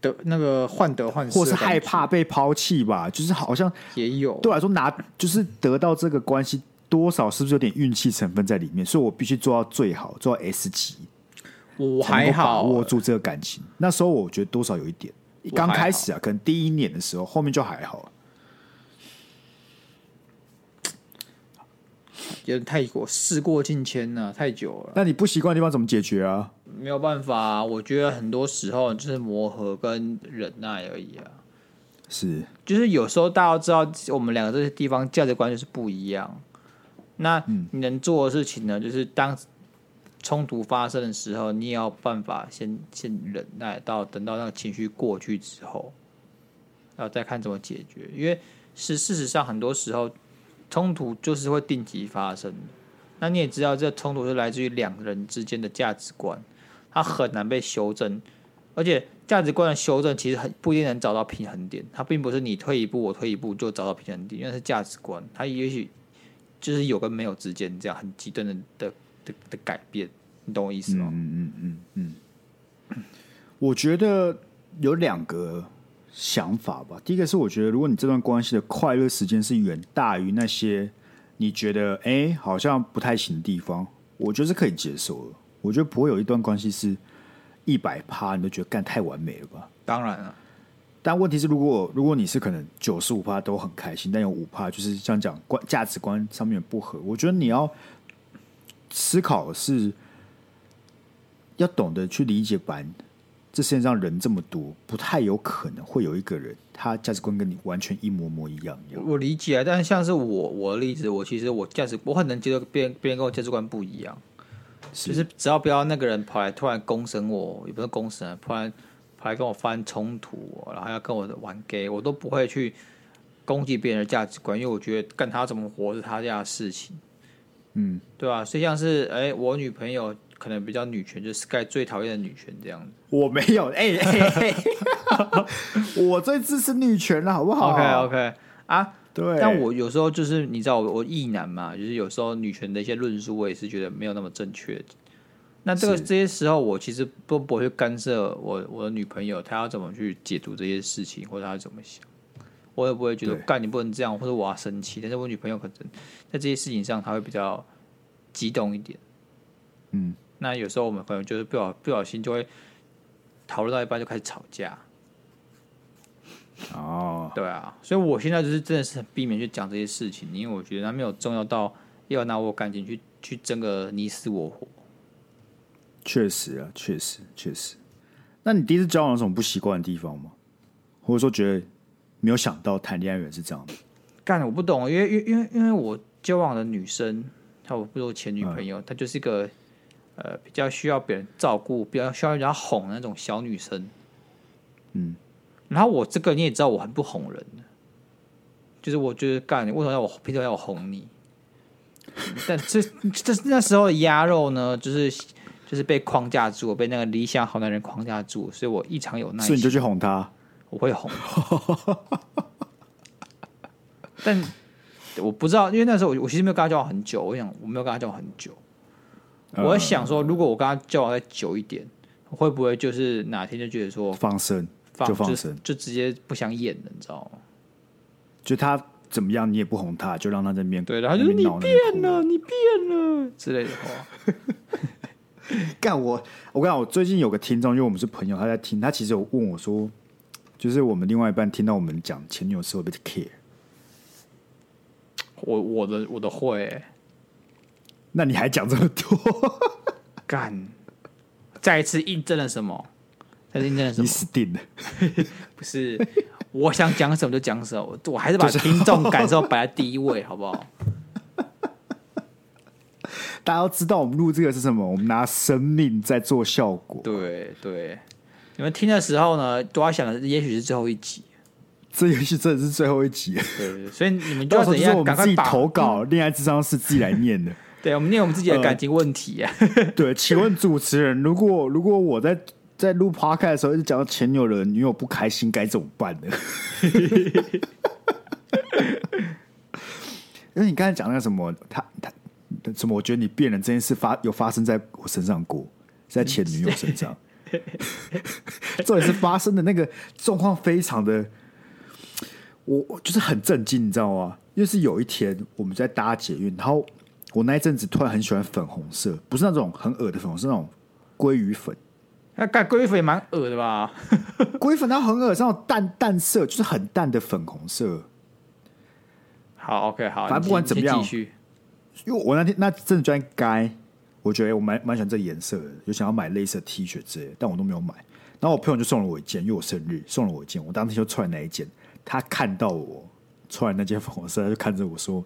Speaker 2: 的那个患得患失，
Speaker 1: 或是害怕被抛弃吧，就是好像
Speaker 2: 也有，
Speaker 1: 对我来说拿就是得到这个关系多少是不是有点运气成分在里面，所以我必须做到最好，做到 S 级。
Speaker 2: 我
Speaker 1: 才能
Speaker 2: 还
Speaker 1: 够把
Speaker 2: 好，
Speaker 1: 握住这个感情。那时候我觉得多少有一点，
Speaker 2: 我
Speaker 1: 刚
Speaker 2: 还
Speaker 1: 开始啊，可能第一年的时候，后面就还好。
Speaker 2: 有点太过事过境迁了，太久了，
Speaker 1: 那你不习惯的地方怎么解决啊？
Speaker 2: 没有办法、我觉得很多时候就是磨合跟忍耐而已啊。
Speaker 1: 是
Speaker 2: 就是有时候大家都知道我们两个这些地方价值观就是不一样，那你能做的事情呢，就是当冲突发生的时候，你也要有办法先先忍耐到等到那个情绪过去之后，然后再看怎么解决。因为是事实上很多时候冲突就是会定期发生的，那你也知道这冲突是来自于两个人之间的价值观，它很难被修正，而且价值观的修正其实很不一定能找到平衡点，它并不是你退一步我退一步就找到平衡点，因为是价值观，它也许就是有跟没有之间这样很极端的的的的改变，你懂我意思吗？
Speaker 1: 我觉得有两个想法吧。第一个是，我觉得如果你这段关系的快乐时间是远大于那些你觉得哎、诶好像不太行的地方，我觉得是可以接受的。我觉得不会有一段关系是一百趴，你都觉得干太完美了吧？
Speaker 2: 当然啊了，
Speaker 1: 但问题是，如果如果你是可能九十五趴都很开心，但有五趴就是像讲观价值观上面不合，我觉得你要思考的是要懂得去理解版这世界上人这么多，不太有可能会有一个人他价值观跟你完全一模模一样一样。
Speaker 2: 我理解啊，但是像是我我的例子，我其实我价值我很能接受别人别人跟我价值观不一样，就是只要不要那个人跑来突然攻审我，也不是攻审啊，突然跑来跟我发生冲突，然后要跟我玩 gay，我都不会去攻击别人的价值观，因为我觉得干他怎么活是他家的事情，
Speaker 1: 嗯，
Speaker 2: 对吧、所以像是哎、我女朋友可能比较女权，就是 Sky 最讨厌的女权这样子。
Speaker 1: 我没有，哎、哎哎我最支持女权了，好不好
Speaker 2: OK OK 啊，
Speaker 1: 对，
Speaker 2: 但我有时候就是你知道我我意男嘛，就是有时候女权的一些论述，我也是觉得没有那么正确。那这个
Speaker 1: 是
Speaker 2: 这些时候，我其实都不会去干涉我我的女朋友，她要怎么去解读这些事情，或者她怎么想，我也不会觉得
Speaker 1: 对
Speaker 2: 干你不能这样，或者我要生气。但是我女朋友可能在这些事情上，她会比较激动一点。
Speaker 1: 嗯，
Speaker 2: 那有时候我们可能就是不小不小心就会讨论到一半就开始吵架，
Speaker 1: 哦，
Speaker 2: 对啊，所以我现在就是真的是很避免去讲这些事情，因为我觉得它没有重要到要拿我感情去去争个你死我活。
Speaker 1: 确实啊，确实确实。那你第一次交往有什么不习惯的地方吗？或者说觉得没有想到谈恋爱人是这样的？
Speaker 2: 干，我不懂，因为因为因为因为我交往的女生，她我不是我前
Speaker 1: 嗯
Speaker 2: 女朋友，她就是一个呃比较需要别人照顾、比较需要人家哄的那种小女生。
Speaker 1: 嗯，
Speaker 2: 然后我这个你也知道，我很不哄人的，就是我觉得干，你为什么要我凭什么要我哄你？但这这这那时候的鸭肉呢，就是就是被框架住，被那个理想好男人框架住，所以我异常有耐
Speaker 1: 所以
Speaker 2: 心
Speaker 1: 你就，去哄她？
Speaker 2: 我会哄。 但我不知道，因为那时候我我其实没有跟他交往很久，我想我没有跟他交往很久，
Speaker 1: 嗯
Speaker 2: 我在想说，如果我跟他交往再久一点，会不会就是哪天就觉得说
Speaker 1: 放生，
Speaker 2: 放
Speaker 1: 就放
Speaker 2: 就
Speaker 1: 生，
Speaker 2: 就直接不想演了，你知道吗？
Speaker 1: 就她怎么样你也不哄她，就让她在那边
Speaker 2: 对，然后就是
Speaker 1: 在那
Speaker 2: 你
Speaker 1: 边闹
Speaker 2: 变
Speaker 1: 那边
Speaker 2: 了，你变了之类的话。
Speaker 1: 哭干我！我跟你讲，我最近有个听众，因为我们是朋友，他在听，他其实有问我说，就是我们另外一半听到我们讲前女友是会被 care，
Speaker 2: 我我的我的会、欸、
Speaker 1: 那你还讲这么多，
Speaker 2: 干，再一次印证了什么？再次印证了什
Speaker 1: 你
Speaker 2: 么？
Speaker 1: 死定了！
Speaker 2: 不是，我想讲什么就讲什么， 我我还是把听众感受摆在第一位，好 不好？
Speaker 1: 大家要知道我们录这个是什么，我们拿生命在做效果，
Speaker 2: 对对，你们听的时候呢，都要想的也许是最后一集，
Speaker 1: 这游戏真的是最后一集。
Speaker 2: 对对，对所以你们就
Speaker 1: 到
Speaker 2: 要
Speaker 1: 时候
Speaker 2: 怎
Speaker 1: 就是
Speaker 2: 样
Speaker 1: 我们
Speaker 2: 赶
Speaker 1: 自
Speaker 2: 快
Speaker 1: 己
Speaker 2: 把
Speaker 1: 投，稿，恋爱智商是自己来念 的。
Speaker 2: 对我们念我们自己的感情问题、啊，
Speaker 1: 对，请问主持人，如果如果我在在录 podcast 的时候一直讲到前女友的女友不开心，该怎么办呢？ 因为你刚才讲那个什么，他他什么，我觉得你变了这件事发有发生在我身上过，在前女友身上。 重点是发生的那个状况非常的，我我就是很震惊，你知道吗？因为是有一天我们在搭捷运，然后我那一阵子突然很喜欢粉红色，不是那种很恶的粉红色，是那种鲑鱼粉，
Speaker 2: 那干龟粉也蛮恶的吧？
Speaker 1: 鲑鱼粉它很恶，是那种淡淡色，就是很淡的粉红色。
Speaker 2: 好，OK，好，
Speaker 1: 反正
Speaker 2: 你
Speaker 1: 不管怎么
Speaker 2: 先
Speaker 1: 样
Speaker 2: 继续。
Speaker 1: 因为我那天那阵子就在该，我觉得我蛮蛮喜欢这个颜色的，有想要买类似的 T 恤之类的，但我都没有买。然后我朋友就送了我一件，因为我生日送了我一件，我当天就穿那一件。他看到我穿那件粉红色，他就看着我说：“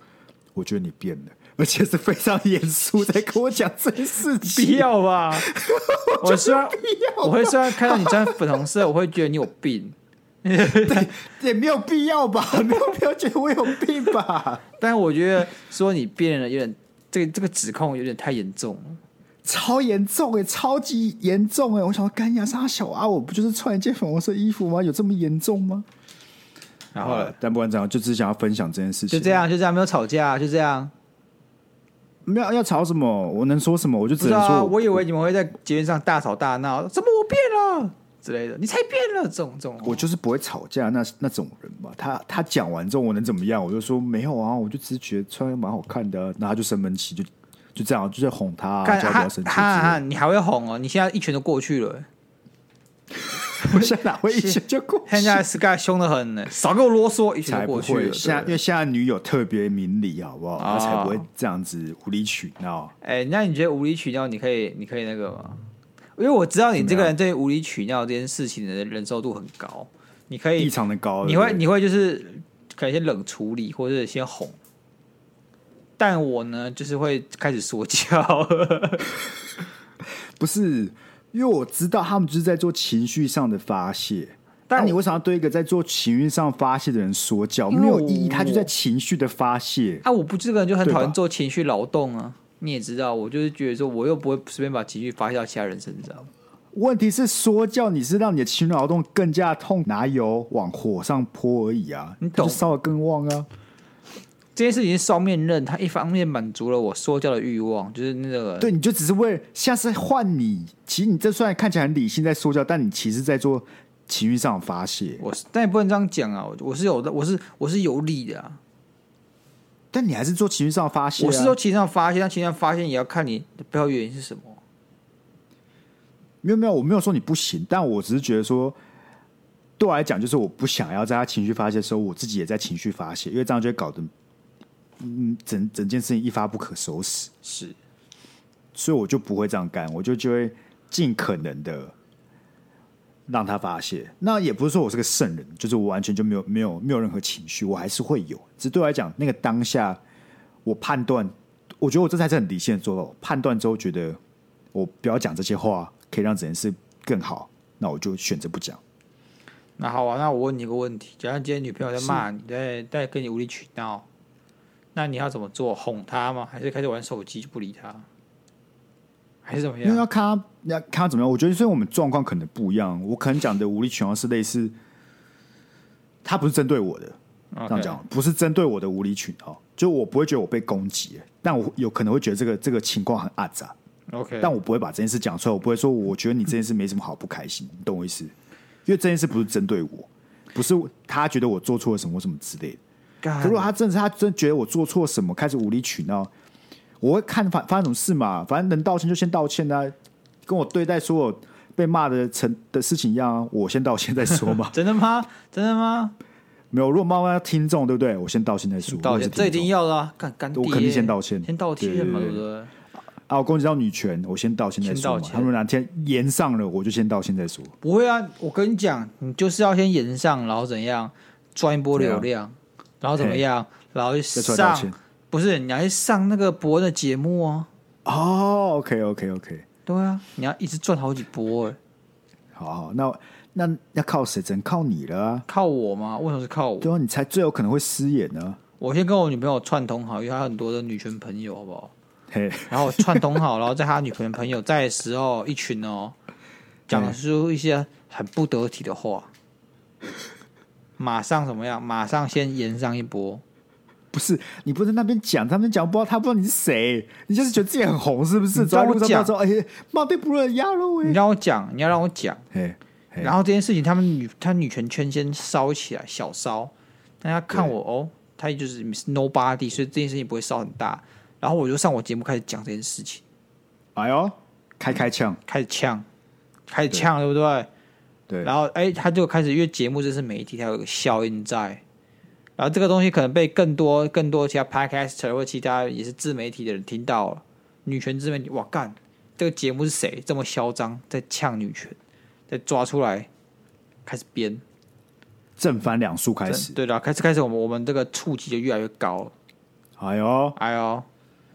Speaker 1: 我觉得你变了。”而且是非常严肃在跟我讲这件事情。
Speaker 2: 必要吧？ 我虽然我会虽然看到你穿粉红色，我会觉得你有病，
Speaker 1: 也没有必要吧？ 没有必要觉得我有病吧？
Speaker 2: 但我觉得说你变了有点这个这个指控有点太严重了。
Speaker 1: 超严重哎、超级严重哎、我想说，干呀，沙小啊，我不就是穿一件粉红色衣服吗？有这么严重吗？
Speaker 2: 然后
Speaker 1: 好
Speaker 2: 呢
Speaker 1: 了，但不管怎样，就只是想要分享这件事情。
Speaker 2: 就这，样就这样没有吵架，就这样。
Speaker 1: 没有要吵什么，我能说什么，我就
Speaker 2: 不
Speaker 1: 只
Speaker 2: 知
Speaker 1: 能
Speaker 2: 道啊，
Speaker 1: 说我
Speaker 2: 我以为你们会在节目上大吵大闹，怎么我变了之类的，你才变了这种这种。
Speaker 1: 我就是不会吵架那那种人嘛。他他讲完之后，我能怎么样？我就说没有啊，我就只是觉得穿得蛮好看的啊、然后他就生闷气，就就这样，就在哄他、啊，
Speaker 2: 干
Speaker 1: 叫他不
Speaker 2: 哈
Speaker 1: 要生气之
Speaker 2: 哈
Speaker 1: 类
Speaker 2: 哈，
Speaker 1: 的。
Speaker 2: 你还会哄哦？你现在一拳就过去了，
Speaker 1: 我现在哪会一拳就过去？
Speaker 2: 现 在 Sky 凶的很呢，少给我啰嗦，一拳
Speaker 1: 才
Speaker 2: 就
Speaker 1: 不
Speaker 2: 过去
Speaker 1: 会，
Speaker 2: 了。
Speaker 1: 现在因为现在女友特别明理，好不好？
Speaker 2: 啊
Speaker 1: 她才不会这样子无理取闹。
Speaker 2: 哎、那你觉得无理取闹，你可以，你可以那个吗？因为我知道你这个人对无理取闹这件事情的忍受度很高，你可
Speaker 1: 异
Speaker 2: 以，
Speaker 1: 常的高。
Speaker 2: 你
Speaker 1: 对不
Speaker 2: 会，
Speaker 1: 对
Speaker 2: 你会就是可能先冷处理，或者先哄。但我呢，就是会开始说教，
Speaker 1: 不是？因为我知道他们就是在做情绪上的发泄。但你为什么要对一个在做情绪上发泄的人说教？
Speaker 2: 因为
Speaker 1: 没有
Speaker 2: 我
Speaker 1: 意义，他就在情绪的发泄。
Speaker 2: 啊，我不这个人就很讨
Speaker 1: 对
Speaker 2: 厌
Speaker 1: 吧
Speaker 2: 做情绪劳动啊。你也知道，我就是觉得说，我又不会随便把情绪发泄到其他人身上。
Speaker 1: 问题是说教你是让你的情绪劳动更加痛，拿油往火上泼而已啊！
Speaker 2: 你懂
Speaker 1: 它就烧得更旺啊！
Speaker 2: 这件事情是双面刃，它一方面满足了我说教的欲望，就是那个
Speaker 1: 对，你就只是为了下次换你。其实你这虽然看起来很理性在说教，但你其实在做情绪上的发泄。啊
Speaker 2: 我是，但也不能这样讲啊！我我是有的，我是我是有理的啊！
Speaker 1: 但你还是做情绪上的发泄、啊。
Speaker 2: 我是说，情商发现，但情商发现也要看你的背后原因是什么。
Speaker 1: 没有没有，我没有说你不行，但我只是觉得说，对我来讲，就是我不想要在他情绪发泄的时候，我自己也在情绪发泄，因为这样就会搞得，嗯，整整件事情一发不可收拾，
Speaker 2: 是，
Speaker 1: 所以我就不会这样干，我就就会尽可能的让他发泄。那也不是说我是个圣人，就是我完全就没有没有没有任何情绪，我还是会有，只是对我来讲，那个当下我判断，我觉得我这才是很理性的做法。我判断之后觉得我不要讲这些话，可以让整件事更好，那我就选择不讲。
Speaker 2: 那好啊，那我问你一个问题：假如今天女朋友在骂你，在在跟你无理取闹，那你要怎么做？哄她吗？还是开始玩手机就不理她？还是怎么
Speaker 1: 因为
Speaker 2: 样？
Speaker 1: 要看他要看他怎么样，我觉得所以我们状况可能不一样。我可能讲的无理取闹是类似，他不是针对我的，啊这样
Speaker 2: OK
Speaker 1: 讲不是针对我的无理取闹，就我不会觉得我被攻击，但我有可能会觉得这个这个情况很阿杂，
Speaker 2: OK，
Speaker 1: 但我不会把这件事讲出来，我不会说我觉得你这件事没什么好不开心，你懂我意思？因为这件事不是针对我，不是他觉得我做错了什么什么之类的。
Speaker 2: 干。
Speaker 1: 可如果他真的是他真觉得我做错什么，开始无理取闹，我会看发发生什么事嘛，反正能道歉就先道歉啊，跟我对待所有被骂的成的事情一样、啊，我先道歉再说嘛
Speaker 2: 真的吗？真的吗？
Speaker 1: 没有，如果妈妈要听众对不对？我先道歉再说。
Speaker 2: 道歉，这一定
Speaker 1: 定
Speaker 2: 要的啊！干干爹，
Speaker 1: 我肯定先道歉
Speaker 2: 先道
Speaker 1: 对
Speaker 2: 歉
Speaker 1: 对
Speaker 2: 嘛，
Speaker 1: 对
Speaker 2: 对不对？
Speaker 1: 啊，我攻击到女权，我先道歉再
Speaker 2: 先
Speaker 1: 说
Speaker 2: 道
Speaker 1: 嘛。
Speaker 2: 歉
Speaker 1: 他们哪天言上了，我就先道歉再说。
Speaker 2: 不会啊，我跟你讲，你就是要先延上，然后怎样赚一波流量，然后怎么样，然后去
Speaker 1: 啊再出来道
Speaker 2: 上
Speaker 1: 歉，
Speaker 2: 不是你要去上那个伯恩的节目哦，
Speaker 1: 哦，OK OK OK，
Speaker 2: 对啊，你要一直赚好几波、欸，
Speaker 1: 好好，那那要靠谁？只能靠你了啊！
Speaker 2: 靠我吗？为什么是靠我？
Speaker 1: 对啊，你才最有可能会失言呢、啊。
Speaker 2: 我先跟我女朋友串通好，因为她有很多的女权朋友，好不好？
Speaker 1: 嘿，
Speaker 2: 然后串通好，然后在她女朋友朋友在的时候，一群哦，讲出一些很不得体的话，马上怎么样？马上先延上一波。
Speaker 1: 不是你不在那边讲，他们讲不知道他不知道你是谁，你就是觉得自己很红是不是？
Speaker 2: 你
Speaker 1: 走
Speaker 2: 知道
Speaker 1: 在
Speaker 2: 我
Speaker 1: 路上
Speaker 2: 讲嗯
Speaker 1: 到时候哎，骂对不人压了
Speaker 2: 你
Speaker 1: 喂。
Speaker 2: 让我讲，你要让我讲。
Speaker 1: 嘿，嘿
Speaker 2: 然后这件事情，他们女他女权圈先烧起来，小烧，但他看我哦，他就是 nobody，所以这件事情不会烧很大。然后我就上我节目开始讲这件事情，
Speaker 1: 哎呦，开开枪，
Speaker 2: 开始呛，开始呛，对不对？
Speaker 1: 对，
Speaker 2: 然后哎，他就开始，因为节目这是媒体，它有一个效应在。然后这个东西可能被更多、更多其他 podcaster 或其他也是自媒体的人听到了，女权自媒体，哇干，这个节目是谁这么嚣张，在呛女权，再抓出来，开始编。
Speaker 1: 正反两束开
Speaker 2: 真
Speaker 1: 始。
Speaker 2: 对的，开始开始，我们我们这个触及就越来越高了。
Speaker 1: 哎呦，
Speaker 2: 哎呦，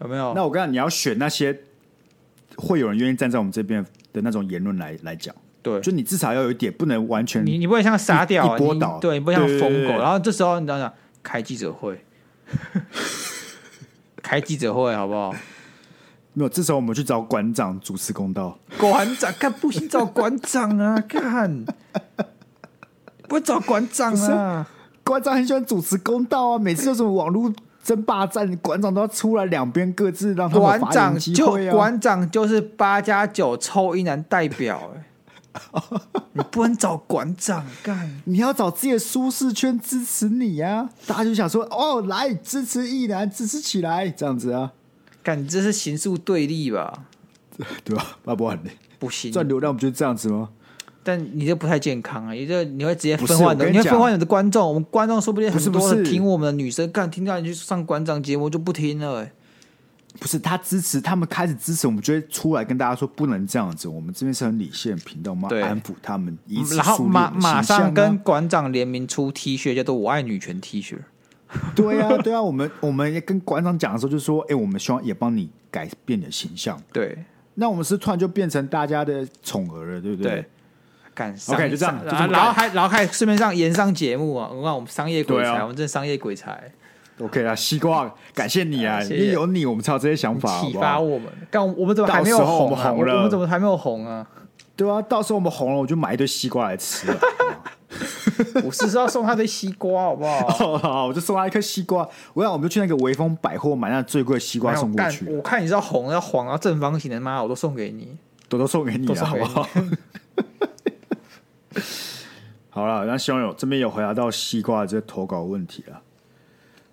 Speaker 2: 有没有？
Speaker 1: 那我跟你讲，你要选那些会有人愿意站在我们这边的那种言论来来讲，
Speaker 2: 对，
Speaker 1: 就你至少要有一点不能完全
Speaker 2: 你你不会像傻屌啊，
Speaker 1: 一波
Speaker 2: 你
Speaker 1: 倒
Speaker 2: 对，你不会像
Speaker 1: 对对
Speaker 2: 疯
Speaker 1: 对
Speaker 2: 狗。
Speaker 1: 对
Speaker 2: 然后这时候你知道吗？开记者会， 开记者会好不好？
Speaker 1: 没有。这时候我们去找馆长主持公道。
Speaker 2: 馆长，看不行找馆长啊，看，不找馆长啊，
Speaker 1: 馆长很喜欢主持公道啊，每次有什么网络争霸战，馆长都要出来，两边各自让他们
Speaker 2: 馆
Speaker 1: 有发
Speaker 2: 长
Speaker 1: 言机
Speaker 2: 就
Speaker 1: 会啊。
Speaker 2: 馆长就是八加九抽一男代表、 哎你不能找馆长干。
Speaker 1: 你要找自己的舒适圈支持你啊！大家就想说，哦，来支持一男，支持起来，这样子啊，
Speaker 2: 感这是刑诉对立吧？
Speaker 1: 对啊吧？巴不很累，
Speaker 2: 不行，
Speaker 1: 赚流量不就这样子吗？
Speaker 2: 但你这不太健康啊！你这你会直接
Speaker 1: 不
Speaker 2: 分
Speaker 1: 是
Speaker 2: 化你的，
Speaker 1: 我跟你
Speaker 2: 你会
Speaker 1: 讲
Speaker 2: 分化你的观众。我们观众说不定
Speaker 1: 不是
Speaker 2: 很多
Speaker 1: 不
Speaker 2: 人
Speaker 1: 是
Speaker 2: 听我们的女生，干听到你去上馆长节目就不听了、欸。
Speaker 1: 不是他支持，他们开始支持，我们就会出来跟大家说不能这样子。我们这边是很理性的频道，我们
Speaker 2: 对
Speaker 1: 要安抚他们，以此
Speaker 2: 嗯然后
Speaker 1: 树立
Speaker 2: 马
Speaker 1: 我们的形
Speaker 2: 马
Speaker 1: 象
Speaker 2: 上
Speaker 1: 啊
Speaker 2: 跟馆长联名出 T 恤，叫做“我爱女权 ”T 恤。
Speaker 1: 对啊，对啊，我们我们也跟馆长讲的时候就说，哎、我们希望也帮你改变你的形象。
Speaker 2: 对
Speaker 1: 那我们是突然就变成大家的宠儿了，对不对？
Speaker 2: 对，干
Speaker 1: OK，就这样
Speaker 2: 上
Speaker 1: 就这么
Speaker 2: 然
Speaker 1: 干
Speaker 2: 后然后还然后还顺便上延上节目啊！我看我们商业鬼
Speaker 1: 对
Speaker 2: 才，
Speaker 1: 啊
Speaker 2: 我们真的商业鬼才，
Speaker 1: OK 啊，西瓜，感谢你啊，
Speaker 2: 哎谢谢
Speaker 1: 因为有你，我们才有这些想法，
Speaker 2: 启
Speaker 1: 好不
Speaker 2: 发
Speaker 1: 好？
Speaker 2: 我们。干，我们怎么还没有
Speaker 1: 到时候
Speaker 2: 红啊？
Speaker 1: 我们红
Speaker 2: 我
Speaker 1: 了
Speaker 2: 我们怎么还没有红啊？
Speaker 1: 对啊，到时候我们红了，我就买一堆西瓜来 吃啊。
Speaker 2: 我是说要送他堆西瓜，好 不好？
Speaker 1: 好好，我就送他一颗西瓜。我想，我们就去那个微风百货买那最贵的西瓜
Speaker 2: 没有
Speaker 1: 送过
Speaker 2: 哎干
Speaker 1: 去，
Speaker 2: 我看你是要红要黄要正方形的，妈，我都送给你。
Speaker 1: 都都送给你
Speaker 2: 都
Speaker 1: 了，
Speaker 2: 送
Speaker 1: 好
Speaker 2: 给
Speaker 1: 不
Speaker 2: 你
Speaker 1: 好？ 好了，那希望有这边有回答到西瓜的这个投稿问题了。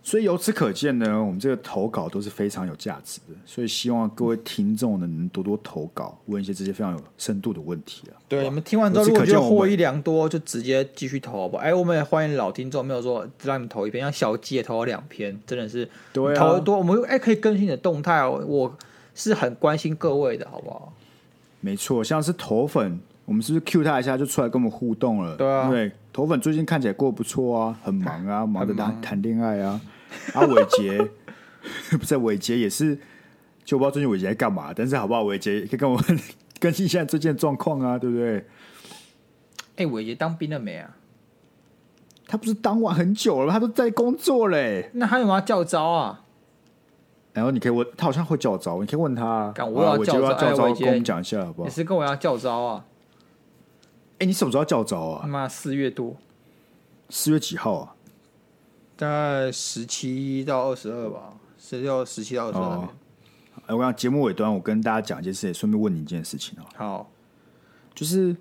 Speaker 1: 所以由此可见呢，我们这个投稿都是非常有价值的，所以希望各位听众呢能多多投稿，问一些这些非常有深度的问题啊。
Speaker 2: 对，你们听完之后，
Speaker 1: 由此
Speaker 2: 如
Speaker 1: 可
Speaker 2: 果觉
Speaker 1: 见
Speaker 2: 得
Speaker 1: 我们
Speaker 2: 获益良多，就直接继续投好不好？哎，我们也欢迎老听众，没有说只让你们投一篇，像小鸡也投了两篇，真的是
Speaker 1: 对啊
Speaker 2: 投得多，我们哎可以更新你的动态哦，我是很关心各位的，好不好？
Speaker 1: 没错，像是头粉，我们是不是 Q 他一下就出来跟我们互动了？
Speaker 2: 对啊
Speaker 1: 对，头粉最近看起来过得不错啊，很忙 啊，忙着
Speaker 2: 忙
Speaker 1: 谈谈恋爱啊。啊，伟杰， 不是伟杰也是，就不知道最近伟杰在干嘛，但是好不好？伟杰也可以跟我们 更新一下最近的状况啊，对不对？
Speaker 2: 哎，伟杰当兵了没啊？
Speaker 1: 他不是当晚很久了吗，他都在工作嘞、
Speaker 2: 那他有没有要叫招啊？
Speaker 1: 然后你可以问他，好像会叫招，你可以问他啊。
Speaker 2: 干我有要
Speaker 1: 啊伟杰
Speaker 2: 叫
Speaker 1: 要
Speaker 2: 招哎
Speaker 1: 叫招，
Speaker 2: 伟杰
Speaker 1: 跟我们讲一下好不好
Speaker 2: 也？是跟我要叫招啊？
Speaker 1: 哎，你什么时候要叫招
Speaker 2: 他
Speaker 1: 啊？
Speaker 2: 妈四月多，
Speaker 1: 四月几号啊？
Speaker 2: 大概十七到二十二吧，十六、十七到二十二
Speaker 1: 哦。哎，我讲节目尾端，我跟大家讲一件事，也顺便问你一件事情哦。
Speaker 2: 好，
Speaker 1: 就是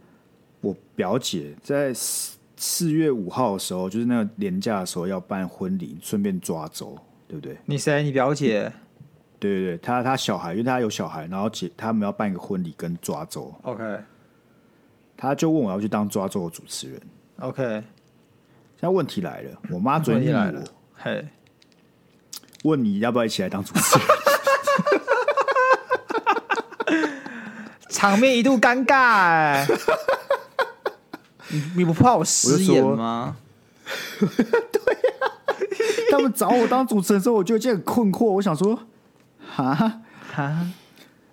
Speaker 1: 我表姐在四四月五号的时候，就是那个年假的时候要办婚礼，顺便抓周，对不对？
Speaker 2: 你谁？你表姐
Speaker 1: 对对对，她她小孩，因为她有小孩，然后姐他们要办一个婚礼跟抓周，
Speaker 2: ？OK
Speaker 1: 她就问我要去当抓周的主持人。
Speaker 2: OK，
Speaker 1: 现在问题来了，我妈昨天
Speaker 2: 来
Speaker 1: 问
Speaker 2: 了
Speaker 1: 我，，
Speaker 2: 嘿。
Speaker 1: 问你要不要一起来当主持人？
Speaker 2: 场面一度尴尬、哎你你不怕我失言吗？
Speaker 1: 他们找我当主持人的时候，我就有点困惑，我想说，哈，
Speaker 2: 啊，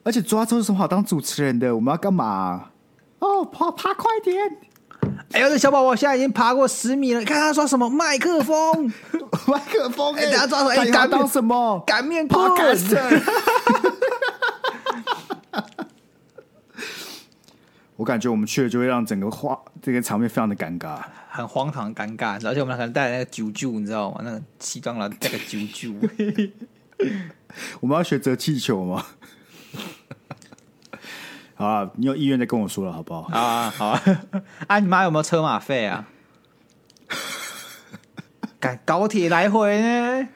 Speaker 1: 而且抓周有什么好当主持人的？我们要干嘛、哦，爬爬快点！
Speaker 2: 哎呦，这小宝宝现在已经爬过十米了，你看他抓什么麦克 风、
Speaker 1: 麦克风、
Speaker 2: 哎等下抓手哎
Speaker 1: 他以后
Speaker 2: 干面
Speaker 1: 当什么？
Speaker 2: 擀面
Speaker 1: 爬
Speaker 2: 棍。
Speaker 1: 杆子我感觉我们去了就会让整个画这个场面非常的尴尬。
Speaker 2: 很荒唐、尴尬，而且我们可能带来那个啾啾，你知道吗？那个西装佬带个啾 啾，
Speaker 1: 我们要学折气球吗？ 好啊，你有意愿再跟我说了好不好？
Speaker 2: 好啊，好 啊。啊，你妈有没有车马费 啊？赶高铁来回呢，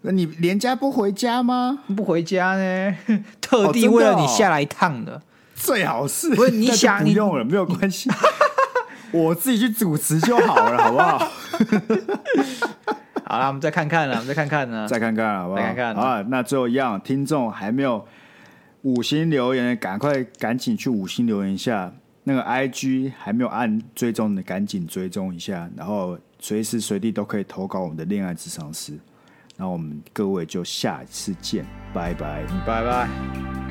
Speaker 1: 那你连家不回家吗？
Speaker 2: 不回家呢，特
Speaker 1: 哦
Speaker 2: 地
Speaker 1: 真的
Speaker 2: 为了你
Speaker 1: 哦
Speaker 2: 下来一趟的。
Speaker 1: 最好是
Speaker 2: 不是你
Speaker 1: 那就
Speaker 2: 想
Speaker 1: 不
Speaker 2: 你
Speaker 1: 用了，没有关系， 我自己去主持就好了，好不好？
Speaker 2: 好了，我们再看看了，我们再看看呢。
Speaker 1: 再看看好不好？
Speaker 2: 再看看
Speaker 1: 好啊，那最后一样，听众还没有五星留言的，赶快赶紧去五星留言一下。那个 I G 还没有按追踪的，赶紧追踪一下，然后随时随地都可以投稿我们的恋爱智商师。那我们各位就下次见，拜拜。
Speaker 2: 拜拜。